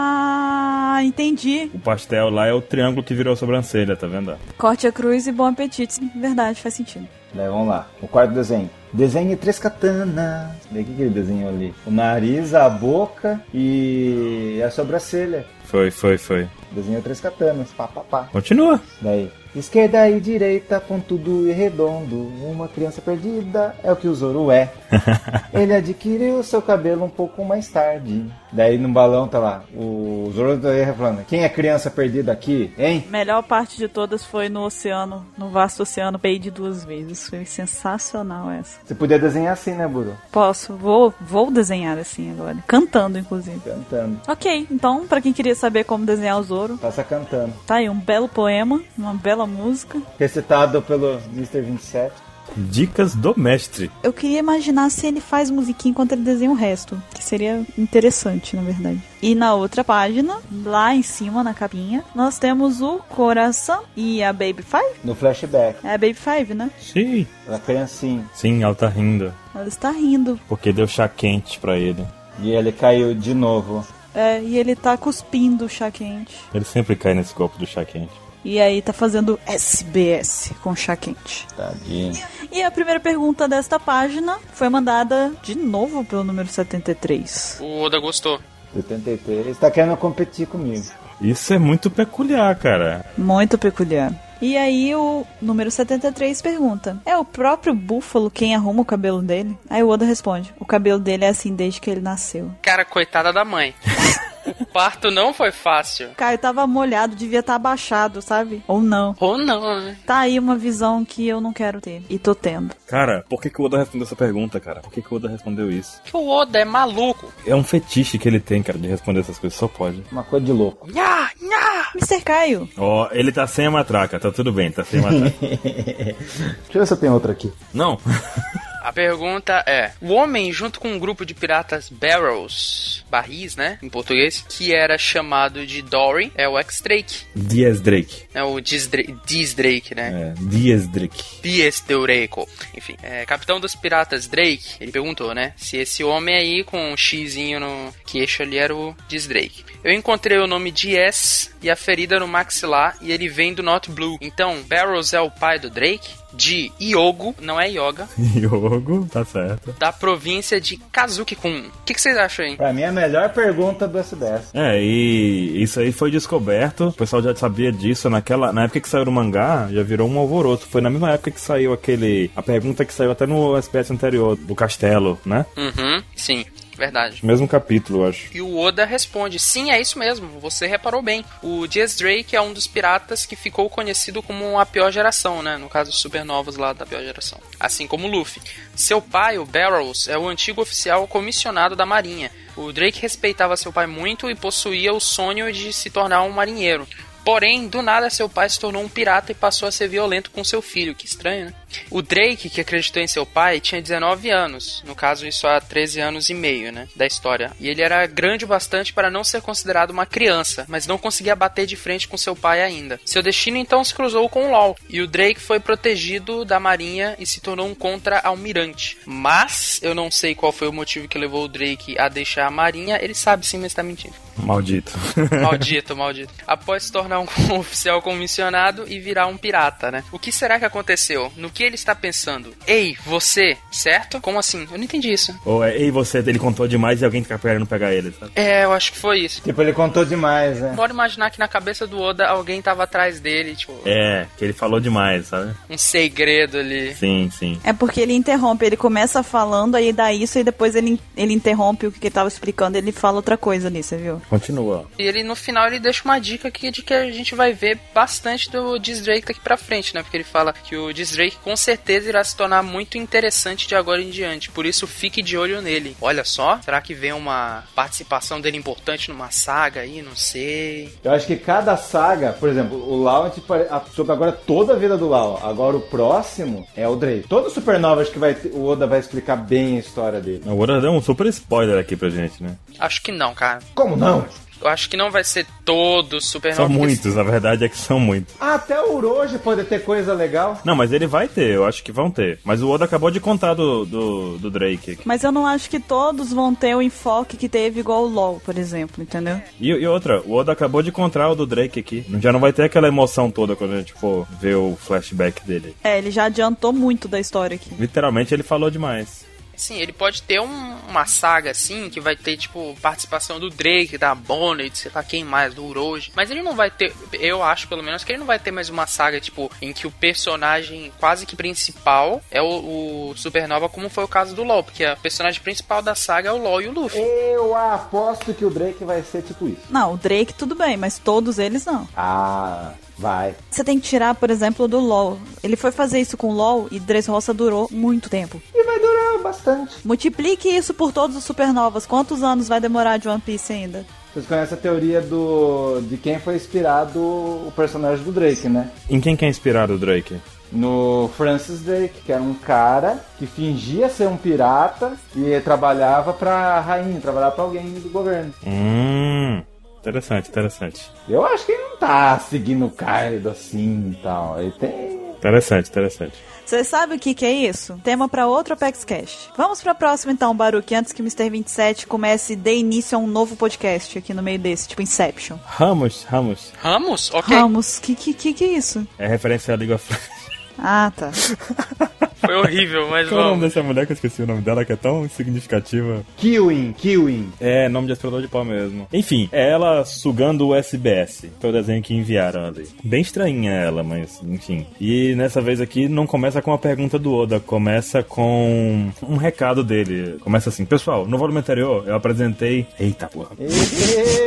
Speaker 2: Ah, entendi.
Speaker 1: O pastel lá é o triângulo que virou a sobrancelha, tá vendo?
Speaker 2: Corte a cruz e bom apetite. Verdade, faz sentido.
Speaker 7: Daí Né, vamos lá. O quarto desenho. Desenhe três katanas. Daí o que, que ele desenhou ali? O nariz, a boca e é a sobrancelha.
Speaker 1: Foi, foi, foi.
Speaker 7: Desenhou três katanas. Pá, pá, pá.
Speaker 1: Continua.
Speaker 7: Daí. Esquerda e direita, pontudo e redondo. Uma criança perdida é o que o Zoro é. Ele adquiriu seu cabelo um pouco mais tarde. Daí no balão tá lá. O Zoro tá aí falando: Quem é criança perdida aqui, hein?
Speaker 2: Melhor parte de todas foi no oceano, no vasto oceano, peide duas vezes. Foi sensacional essa.
Speaker 7: Você podia desenhar assim, né, Buru?
Speaker 2: Posso, vou, vou desenhar assim agora. Cantando, inclusive.
Speaker 7: Cantando.
Speaker 2: Ok, então, pra quem queria saber como desenhar o Zoro,
Speaker 7: Passa cantando.
Speaker 2: tá aí um belo poema, uma bela música.
Speaker 7: Recitado pelo Mr. 27.
Speaker 1: Dicas do mestre.
Speaker 2: Eu queria imaginar se ele faz musiquinha enquanto ele desenha o resto, que seria interessante, na verdade. E na outra página, lá em cima na capinha, nós temos o coração e a Baby Five.
Speaker 7: No flashback.
Speaker 2: É a Baby Five, né?
Speaker 1: Sim.
Speaker 7: A criancinha.
Speaker 1: Sim, ela tá rindo.
Speaker 2: Ela está rindo.
Speaker 1: Porque deu chá quente pra ele.
Speaker 7: E ele caiu de novo.
Speaker 2: É, e ele tá cuspindo o chá quente.
Speaker 1: Ele sempre cai nesse golpe do chá quente.
Speaker 2: E aí tá fazendo SBS com chá quente.
Speaker 7: Tadinho.
Speaker 2: E a primeira pergunta desta página foi mandada de novo pelo número 73.
Speaker 4: O Oda gostou.
Speaker 7: 83. Tá querendo competir comigo.
Speaker 1: Isso é muito peculiar, cara.
Speaker 2: Muito peculiar. E aí o número 73 pergunta: É o próprio búfalo quem arruma o cabelo dele? Aí o Oda responde: O cabelo dele é assim desde que ele nasceu.
Speaker 4: Cara, coitada da mãe. o parto não foi fácil.
Speaker 2: Caio tava molhado, devia estar abaixado, sabe? Ou não.
Speaker 4: Ou não, né?
Speaker 2: Tá aí uma visão que eu não quero ter. E tô tendo.
Speaker 1: Cara, por que, que o Oda respondeu essa pergunta, cara? Por que, que o Oda respondeu isso?
Speaker 4: Que o Oda é maluco.
Speaker 1: É um fetiche que ele tem, cara, de responder essas coisas. Só pode.
Speaker 7: Uma coisa de louco.
Speaker 4: Nha, nha!
Speaker 2: Mr. Caio,
Speaker 1: Ó, ele tá sem a matraca. Tá tudo bem, tá sem a matraca.
Speaker 7: Deixa eu ver se eu tenho outra aqui.
Speaker 1: Não.
Speaker 4: A pergunta é: O homem, junto com um grupo de piratas Barrels, barris, né? Em português, que era chamado de Dory, é o X-Drake.
Speaker 1: Dias Drake.
Speaker 4: É o Diz Dra- Diz Drake, né?
Speaker 1: É, Dias Drake.
Speaker 4: Dias Deureco. Enfim, é, capitão dos piratas Drake, ele perguntou, né? Se esse homem aí com um xizinho no queixo ali era o Dias Drake. Eu encontrei o nome Dias e a ferida no maxilar e ele vem do Not Blue. Então, Barrows é o pai do Drake, de Iogo, não é Yoga,
Speaker 1: Yogo, tá certo.
Speaker 4: da província de Kazuki-kun. O que, que vocês acham aí?
Speaker 7: Pra mim, a melhor pergunta do SBS.
Speaker 1: É, e isso aí foi descoberto. O pessoal já sabia disso naquela. Na época que saiu o mangá, já virou um alvoroço. Foi na mesma época que saiu aquele. A pergunta que saiu até no SBS anterior, do castelo, né?
Speaker 4: Uhum, sim. verdade.
Speaker 1: Mesmo capítulo, eu acho.
Speaker 4: E o Oda responde: Sim, é isso mesmo, você reparou bem. O Dias Drake é um dos piratas que ficou conhecido como a pior geração, né? No caso, os supernovas lá da pior geração. Assim como o Luffy. Seu pai, o Barrels, é o antigo oficial comissionado da Marinha. O Drake respeitava seu pai muito e possuía o sonho de se tornar um marinheiro. Porém, do nada seu pai se tornou um pirata e passou a ser violento com seu filho. Que estranho, né? O Drake, que acreditou em seu pai, tinha 19 anos. No caso, isso há 13 anos e meio, né? Da história. E ele era grande o bastante para não ser considerado uma criança, mas não conseguia bater de frente com seu pai ainda. Seu destino então se cruzou com o LOL. E o Drake foi protegido da marinha e se tornou um contra-almirante. Mas, eu não sei qual foi o motivo que levou o Drake a deixar a marinha. Ele sabe sim, mas está mentindo.
Speaker 1: Maldito.
Speaker 4: Maldito, maldito. Após se tornar um oficial comissionado e virar um pirata, né? O que será que aconteceu? No que ele está pensando? Ei, você, certo? Como assim? Eu não entendi isso.
Speaker 1: Ou é, ei, você, ele contou demais e alguém fica querendo pegar ele, sabe?
Speaker 4: É, eu acho que foi isso.
Speaker 3: Tipo, ele contou demais, né?
Speaker 4: Bora imaginar que na cabeça do Oda alguém tava atrás dele, tipo,
Speaker 1: É, que ele falou demais, sabe?
Speaker 4: um segredo ali.
Speaker 1: Sim, sim.
Speaker 2: É porque ele interrompe, ele começa falando, aí dá isso, e depois ele, ele interrompe o que ele tava explicando, ele fala outra coisa ali, você viu?
Speaker 1: Continua.
Speaker 4: E ele no final ele deixa uma dica aqui de que a gente vai ver bastante do Diz Drake daqui pra frente, né? Porque ele fala que o Diz Drake com certeza irá se tornar muito interessante de agora em diante. Por isso fique de olho nele. Olha só, será que vem uma participação dele importante numa saga aí? Não sei.
Speaker 3: Eu acho que cada saga, por exemplo, o Lau, a gente pare- a- sobre agora toda a vida do Lau. Agora o próximo é o Drake. Todo Supernova acho que vai, ter- o Oda vai explicar bem a história dele.
Speaker 1: O Oda deu um super spoiler aqui pra gente, né?
Speaker 4: Acho que não, cara.
Speaker 3: Como não?
Speaker 4: Eu acho que não vai ser todo super
Speaker 1: São muitos, na verdade é que são muitos.
Speaker 3: Ah, até o Uroji pode ter coisa legal.
Speaker 1: Não, mas ele vai ter, eu acho que vão ter. Mas o Oda acabou de contar do, do, do Drake. aqui.
Speaker 2: Mas eu não acho que todos vão ter o enfoque que teve igual o LOL, por exemplo, entendeu?
Speaker 1: E, e outra, o Oda acabou de contar o do Drake aqui. Já não vai ter aquela emoção toda quando a gente for ver o flashback dele.
Speaker 2: É, ele já adiantou muito da história aqui.
Speaker 1: Literalmente ele falou demais.
Speaker 4: Sim, ele pode ter um- uma saga assim, que vai ter, tipo, participação do Drake, da Bonnet, sei lá quem mais, do Uroji. Mas ele não vai ter, eu acho pelo menos, que ele não vai ter mais uma saga, tipo, em que o personagem quase que principal é o, o Supernova, como foi o caso do LoL. Porque o personagem principal da saga é o LoL e o Luffy.
Speaker 3: Eu aposto que o Drake vai ser tipo isso.
Speaker 2: Não, o Drake tudo bem, mas todos eles não.
Speaker 3: Ah, vai.
Speaker 2: Você tem que tirar, por exemplo, do LOL. Ele foi fazer isso com o LOL e Dressrosa durou muito tempo.
Speaker 3: E vai durar bastante.
Speaker 2: Multiplique isso por todos os supernovas. Quantos anos vai demorar de One Piece ainda?
Speaker 3: Vocês conhecem a teoria do de quem foi inspirado o personagem do Drake, né?
Speaker 1: Em quem que é inspirado o Drake?
Speaker 3: No Francis Drake, que era um cara que fingia ser um pirata e trabalhava pra rainha, trabalhava pra alguém do governo.
Speaker 1: Hum. Interessante, interessante.
Speaker 3: Eu acho que ele não tá seguindo o Kaido assim e tal. Ele tem.
Speaker 1: Interessante, interessante.
Speaker 2: Você sabe o que, que é isso? Tema pra outro Apex Cash. Vamos pra próxima então, Baruque, antes que o Mr. 27 comece e dê início a um novo podcast aqui no meio desse, tipo Inception.
Speaker 1: Ramos, Ramos.
Speaker 4: Ramos? Ok.
Speaker 2: Ramos, que que, que que é isso?
Speaker 1: É referência à League of Legends.
Speaker 2: Ah, tá.
Speaker 4: Foi horrível, mas
Speaker 1: Qual é o nome
Speaker 4: vamos.
Speaker 1: dessa mulher que eu esqueci o nome dela, que é tão significativa?
Speaker 3: Kiwin, Kiwin.
Speaker 1: É, nome de aspirador de pó mesmo. Enfim, é ela sugando o SBS. Foi o desenho que enviaram ali. Bem estranha ela, mas enfim. E nessa vez aqui não começa com a pergunta do Oda, começa com um recado dele. Começa assim: Pessoal, no volume anterior eu apresentei. Eita porra.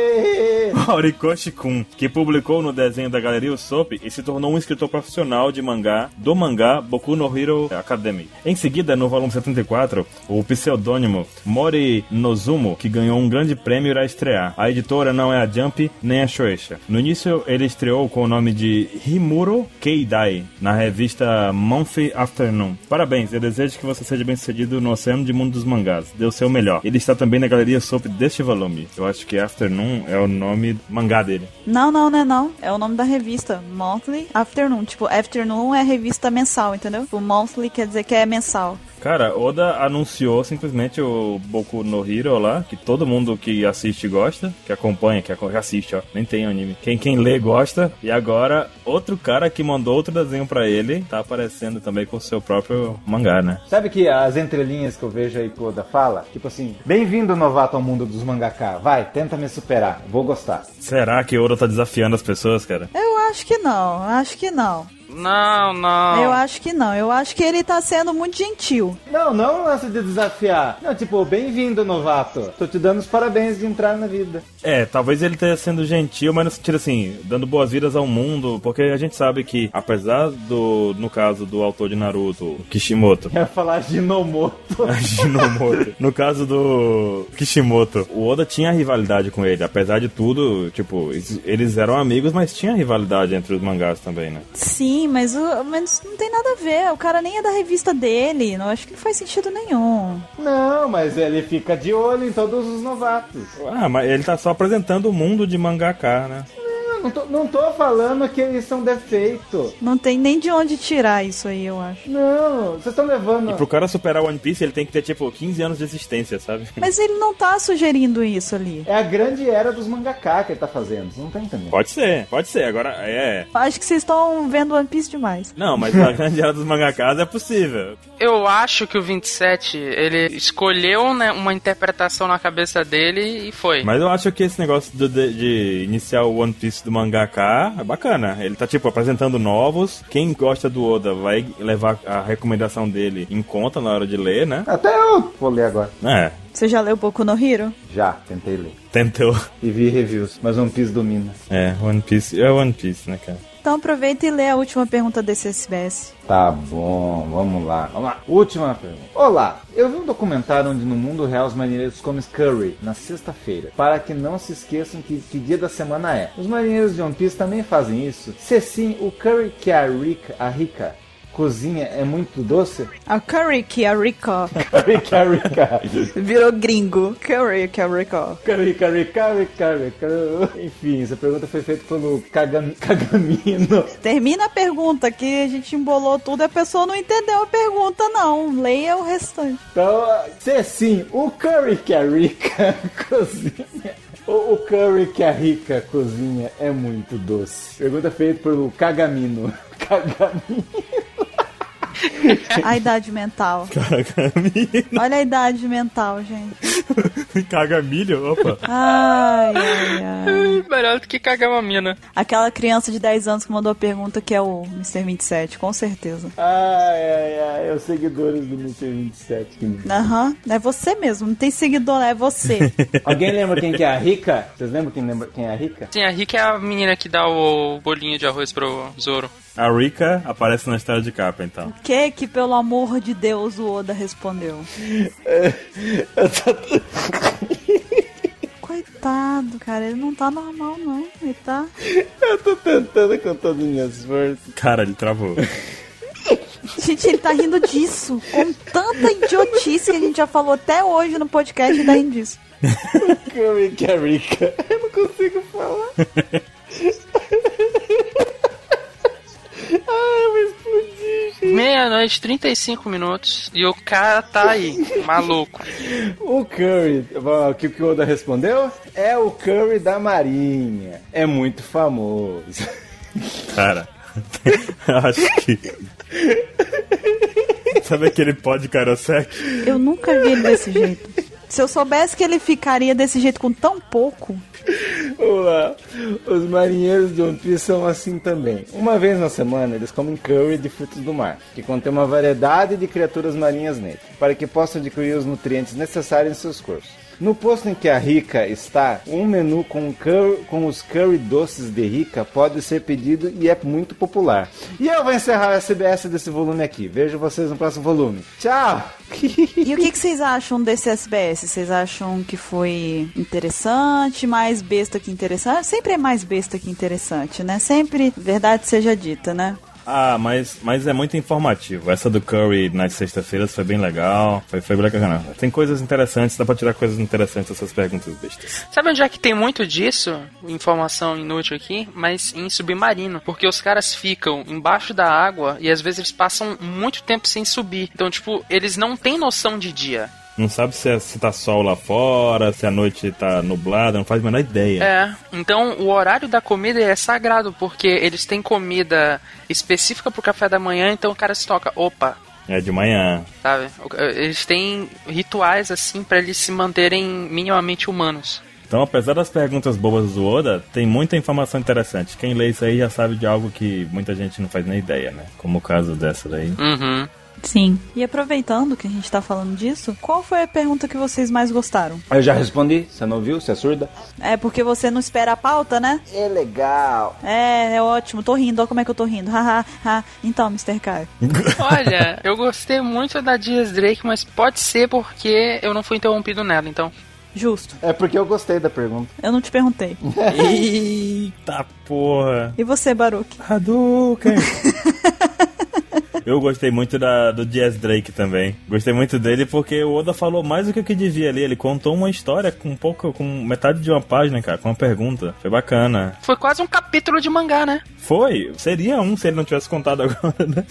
Speaker 1: Horikoshi Kun, que publicou no desenho da galeria Usopp e se tornou um escritor profissional de mangá do mangá Boku no Hero Academy. Em seguida, no volume 74, o pseudônimo Mori Nozumo, que ganhou um grande prêmio, irá estrear. A editora não é a Jump nem a Shueisha. No início, ele estreou com o nome de Himuro Keidai na revista Monthly Afternoon. Parabéns, eu desejo que você seja bem-sucedido no oceano de mundo dos mangás. Dê o seu melhor. Ele está também na galeria Soap deste volume. Eu acho que Afternoon é o nome mangá dele.
Speaker 2: Não, não, não é não. É o nome da revista. Monthly Afternoon. Tipo, Afternoon é revista mensal, entendeu? O monthly quer dizer que é mensal.
Speaker 1: Cara, Oda anunciou simplesmente o Boku no Hero lá, que todo mundo que assiste gosta, que acompanha, que aco- assiste, ó, nem tem anime. Quem, quem lê gosta. E agora, outro cara que mandou outro desenho pra ele, tá aparecendo também com o seu próprio mangá, né?
Speaker 3: Sabe que as entrelinhas que eu vejo aí que o Oda fala? Tipo assim, bem-vindo novato ao mundo dos mangaká. Vai, tenta me superar, vou gostar.
Speaker 1: Será que Oda tá desafiando as pessoas, cara?
Speaker 2: Eu acho que não, acho que não.
Speaker 4: Não, não.
Speaker 2: Eu acho que não. Eu acho que ele tá sendo muito gentil.
Speaker 7: Não, não lance de desafiar. Não, tipo, bem-vindo, novato. Tô te dando os parabéns de entrar na vida.
Speaker 1: É, talvez ele esteja sendo gentil, mas no sentido assim, dando boas-vindas ao mundo, porque a gente sabe que, apesar do, no caso do autor de Naruto, o Kishimoto,
Speaker 7: Quer falar de Nomoto.
Speaker 1: a Jinomoto, no caso do Kishimoto, o Oda tinha rivalidade com ele, apesar de tudo, tipo, eles- eles eram amigos, mas tinha rivalidade entre os mangás também, né?
Speaker 2: Sim, mas, o, mas não tem nada a ver. O cara nem é da revista dele. Não acho que não faz sentido nenhum.
Speaker 7: Não, mas ele fica de olho em todos os novatos.
Speaker 1: Ah, mas ele tá só apresentando o mundo de mangaká, né?
Speaker 7: Não, não tô, não tô falando que eles são defeito.
Speaker 2: Não tem nem de onde tirar isso aí, eu acho.
Speaker 7: Não, vocês estão levando.
Speaker 1: E pro cara superar One Piece, ele tem que ter, tipo, 15 anos de existência, sabe?
Speaker 2: Mas ele não tá sugerindo isso ali.
Speaker 7: É a grande era dos mangaká que ele tá fazendo. Você não tá entendendo.
Speaker 1: Pode ser, pode ser. Agora, é...
Speaker 2: Acho que vocês estão vendo One Piece demais.
Speaker 1: Não, mas na grande era dos mangakás é possível.
Speaker 4: Eu acho que o 27, ele escolheu né, uma interpretação na cabeça dele e foi.
Speaker 1: Mas eu acho que esse negócio do- de, de iniciar o One Piece do mangaká é bacana. Ele tá, tipo, apresentando novos. Quem gosta do Oda vai levar a recomendação dele em conta na hora de ler, né?
Speaker 7: Até eu vou ler agora.
Speaker 1: É,
Speaker 2: Você já leu Boku no Hero?
Speaker 7: Já, tentei ler.
Speaker 1: tentou.
Speaker 7: E vi reviews, mas One Piece domina.
Speaker 1: É, One Piece é One Piece, né, cara?
Speaker 2: Então aproveita e lê a última pergunta desse SBS.
Speaker 7: Tá bom, vamos lá. Vamos lá. Última pergunta. Olá, eu vi um documentário onde no mundo real os marinheiros comem curry na sexta-feira, para que não se esqueçam que, que dia da semana é. Os marinheiros de One Piece também fazem isso? Se sim, o curry que a Rika, a Rika cozinha é muito doce?
Speaker 2: A Curry que é Rico.
Speaker 7: Curry que a Rika.
Speaker 2: Virou gringo. Curry que é Rico.
Speaker 7: Curry, curry, curry, curry, curry. Enfim, essa pergunta foi feita pelo Kagam- Kagamino.
Speaker 2: Termina a pergunta que a gente embolou tudo e a pessoa não entendeu a pergunta, não. Leia o restante.
Speaker 7: Então, se sim, o curry que a Rica cozinha. O o curry que a Rica cozinha é muito doce. Pergunta feita pelo Kagamino. Kagamino.
Speaker 2: A idade mental.
Speaker 1: Kagami.
Speaker 2: Olha a idade mental, gente.
Speaker 1: Caga milho? Opa.
Speaker 2: Ai, ai, ai.
Speaker 4: Melhor do que cagar uma mina.
Speaker 2: Aquela criança de 10 anos que mandou a pergunta que é o Mr. 27, com certeza.
Speaker 7: Ai, ai, ai, é os seguidores do Mr. 27. que me-
Speaker 2: Aham, é você mesmo, não tem seguidor, é você.
Speaker 7: Alguém lembra quem que é a Rica? Vocês lembram quem, lembra quem é a Rica?
Speaker 4: Sim, a Rick é a menina que dá o bolinho de arroz pro Zoro.
Speaker 1: A Rika aparece na história de capa, então.
Speaker 2: que que, pelo amor de Deus, o Oda respondeu? Coitado, cara, ele não tá normal, não. Ele tá.
Speaker 7: Eu tô tentando com todas as minhas forças.
Speaker 1: Cara, ele travou.
Speaker 2: Gente, ele tá rindo disso. Com tanta idiotice que a gente já falou até hoje no podcast, ele tá rindo disso.
Speaker 7: Curry que a Rica. Eu não consigo falar. Ai, eu vou explodir.
Speaker 4: Meia-noite, 35 minutos, e o cara tá aí, maluco.
Speaker 7: O curry, o que que o Oda respondeu? É o curry da marinha. É muito famoso.
Speaker 1: Cara, eu acho que. Sabe aquele pó de Karosek?
Speaker 2: Eu nunca vi ele desse jeito. Se eu soubesse que ele ficaria desse jeito com tão pouco,
Speaker 7: Vamos lá. Os marinheiros de One Piece são assim também. Uma vez na semana, eles comem curry de frutos do mar, que contém uma variedade de criaturas marinhas nele, para que possam adquirir os nutrientes necessários em seus corpos. No posto em que a Rica está, um menu com, curry- com os curry doces de Rica pode ser pedido e é muito popular. E eu vou encerrar a SBS desse volume aqui. Vejo vocês no próximo volume. Tchau!
Speaker 2: E o que, que vocês acham desse SBS? Vocês acham que foi interessante, mais besta que interessante? Sempre é mais besta que interessante, né? Sempre verdade seja dita, né?
Speaker 1: Ah, mas, mas é muito informativo. Essa do Curry nas sextas-feiras foi bem legal. Foi, foi bem legal. Tem coisas interessantes, dá pra tirar coisas interessantes dessas perguntas bestas.
Speaker 4: Sabe onde é que tem muito disso? Informação inútil aqui, mas em submarino. Porque os caras ficam embaixo da água e às vezes eles passam muito tempo sem subir. Então, tipo, eles não têm noção de dia.
Speaker 1: Não sabe se, é- se tá sol lá fora, se a noite tá nublada, não faz a menor ideia.
Speaker 4: É, então o horário da comida é sagrado, porque eles têm comida específica pro café da manhã, então o cara se toca, opa,
Speaker 1: É de manhã.
Speaker 4: sabe? O- Eles têm rituais assim pra eles se manterem minimamente humanos.
Speaker 1: Então, apesar das perguntas bobas do Oda, tem muita informação interessante. Quem lê isso aí já sabe de algo que muita gente não faz nem ideia, né? Como o caso dessa daí.
Speaker 4: Uhum.
Speaker 2: Sim. E aproveitando que a gente tá falando disso, qual foi a pergunta que vocês mais gostaram?
Speaker 7: Eu já respondi, você não viu? Você é surda?
Speaker 2: É porque você não espera a pauta, né?
Speaker 7: É legal.
Speaker 2: É, é ótimo. Tô rindo, ó como é que eu tô rindo. Haha, ha. Então, Mr. Caio.
Speaker 4: Olha, eu gostei muito da Dias Drake, mas pode ser porque eu não fui interrompido nela, então.
Speaker 2: Justo.
Speaker 7: É porque eu gostei da pergunta.
Speaker 2: Eu não te perguntei.
Speaker 1: Eita porra!
Speaker 2: E você, Baruque?
Speaker 1: Hadouken! Eu gostei muito da, do Diaz Drake também. Gostei muito dele porque o Oda falou mais do que o que devia ali. Ele contou uma história com um pouco, com metade de uma página, cara, com uma pergunta. Foi bacana.
Speaker 4: Foi quase um capítulo de mangá, né?
Speaker 1: Foi, seria um se ele não tivesse contado agora, né?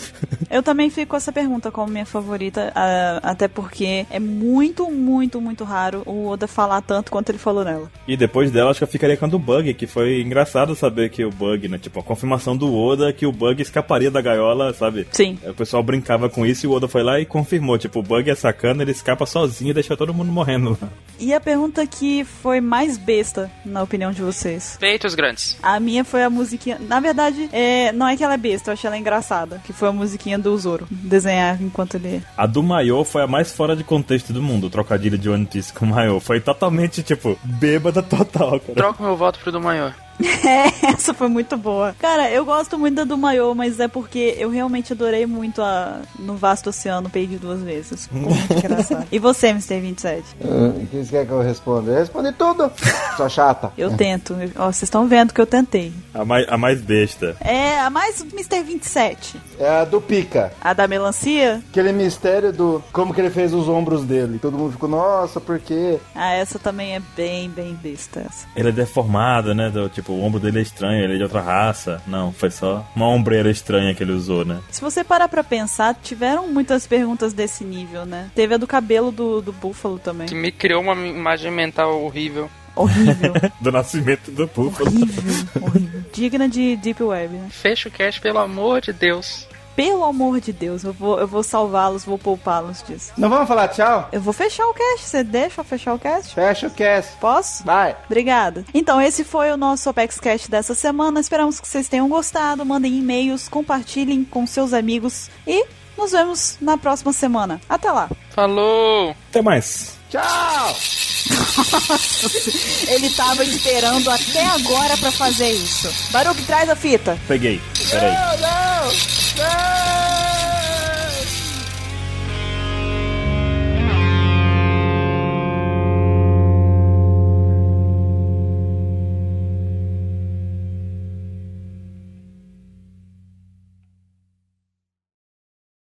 Speaker 2: Eu também fico com essa pergunta como minha favorita, ah, até porque é muito, muito, muito raro o Oda falar tanto quanto ele falou nela.
Speaker 1: E depois dela, acho que eu ficaria com a do Bug, que foi engraçado saber que o Bug, né? Tipo, a confirmação do Oda que o Bug escaparia da gaiola, sabe?
Speaker 2: Sim.
Speaker 1: O pessoal brincava com isso e o Oda foi lá e confirmou. Tipo, o Bug é sacana, ele escapa sozinho e deixa todo mundo morrendo lá.
Speaker 2: E a pergunta que foi mais besta, na opinião de vocês?
Speaker 4: Peitos grandes.
Speaker 2: A minha foi a musiquinha. Na verdade, é, não é que ela é besta, eu achei ela engraçada. Que foi a musiquinha do Zoro. Desenhar enquanto ele.
Speaker 1: A do Maiô foi a mais fora de contexto do mundo, o trocadilho de One Piece com o Maiô. Foi totalmente, tipo, bêbada total, cara.
Speaker 4: Troco meu voto pro do maior.
Speaker 2: É, essa foi muito boa. Cara, eu gosto muito da do Maiô, mas é porque eu realmente adorei muito a No Vasto Oceano, perdi duas vezes. Ficou muito engraçado. E você, Mr. 27?
Speaker 7: O que você quer que eu responda? Eu respondi tudo. Sua chata.
Speaker 2: Eu tento. Ó, vocês estão vendo que eu tentei.
Speaker 1: A mais, a mais besta.
Speaker 2: É, a mais Mr. 27.
Speaker 7: É a do Pica.
Speaker 2: A da melancia?
Speaker 7: Aquele mistério do como que ele fez os ombros dele. Todo mundo ficou, nossa, por quê?
Speaker 2: Ah, essa também é bem, bem besta. Essa.
Speaker 1: Ele é deformado, né? do- tipo, o ombro dele é estranho, ele é de outra raça. Não, foi só uma ombreira estranha que ele usou, né?
Speaker 2: Se você parar pra pensar, tiveram muitas perguntas desse nível, né? Teve a do cabelo do, do búfalo também.
Speaker 4: Que me criou uma imagem mental horrível.
Speaker 2: Horrível.
Speaker 1: Do nascimento do Búfalo.
Speaker 2: horrível. Horrível. Digna de Deep Web, né?
Speaker 4: Fecha o cast, pelo amor de Deus.
Speaker 2: Pelo amor de Deus, eu vou, eu vou salvá-los, vou poupá-los disso.
Speaker 7: Não vamos falar tchau?
Speaker 2: Eu vou fechar o cast. Você deixa eu fechar o cast?
Speaker 7: Fecha o cast.
Speaker 2: Posso?
Speaker 7: Vai.
Speaker 2: Obrigada. Então, esse foi o nosso ApexCast dessa semana. Esperamos que vocês tenham gostado. Mandem e-mails, compartilhem com seus amigos e nos vemos na próxima semana. Até lá.
Speaker 4: Falou!
Speaker 1: Até mais.
Speaker 7: Tchau!
Speaker 2: Ele tava esperando até agora para fazer isso. Baruque, traz a fita.
Speaker 1: Peguei. Peraí.
Speaker 7: Não, não! Não!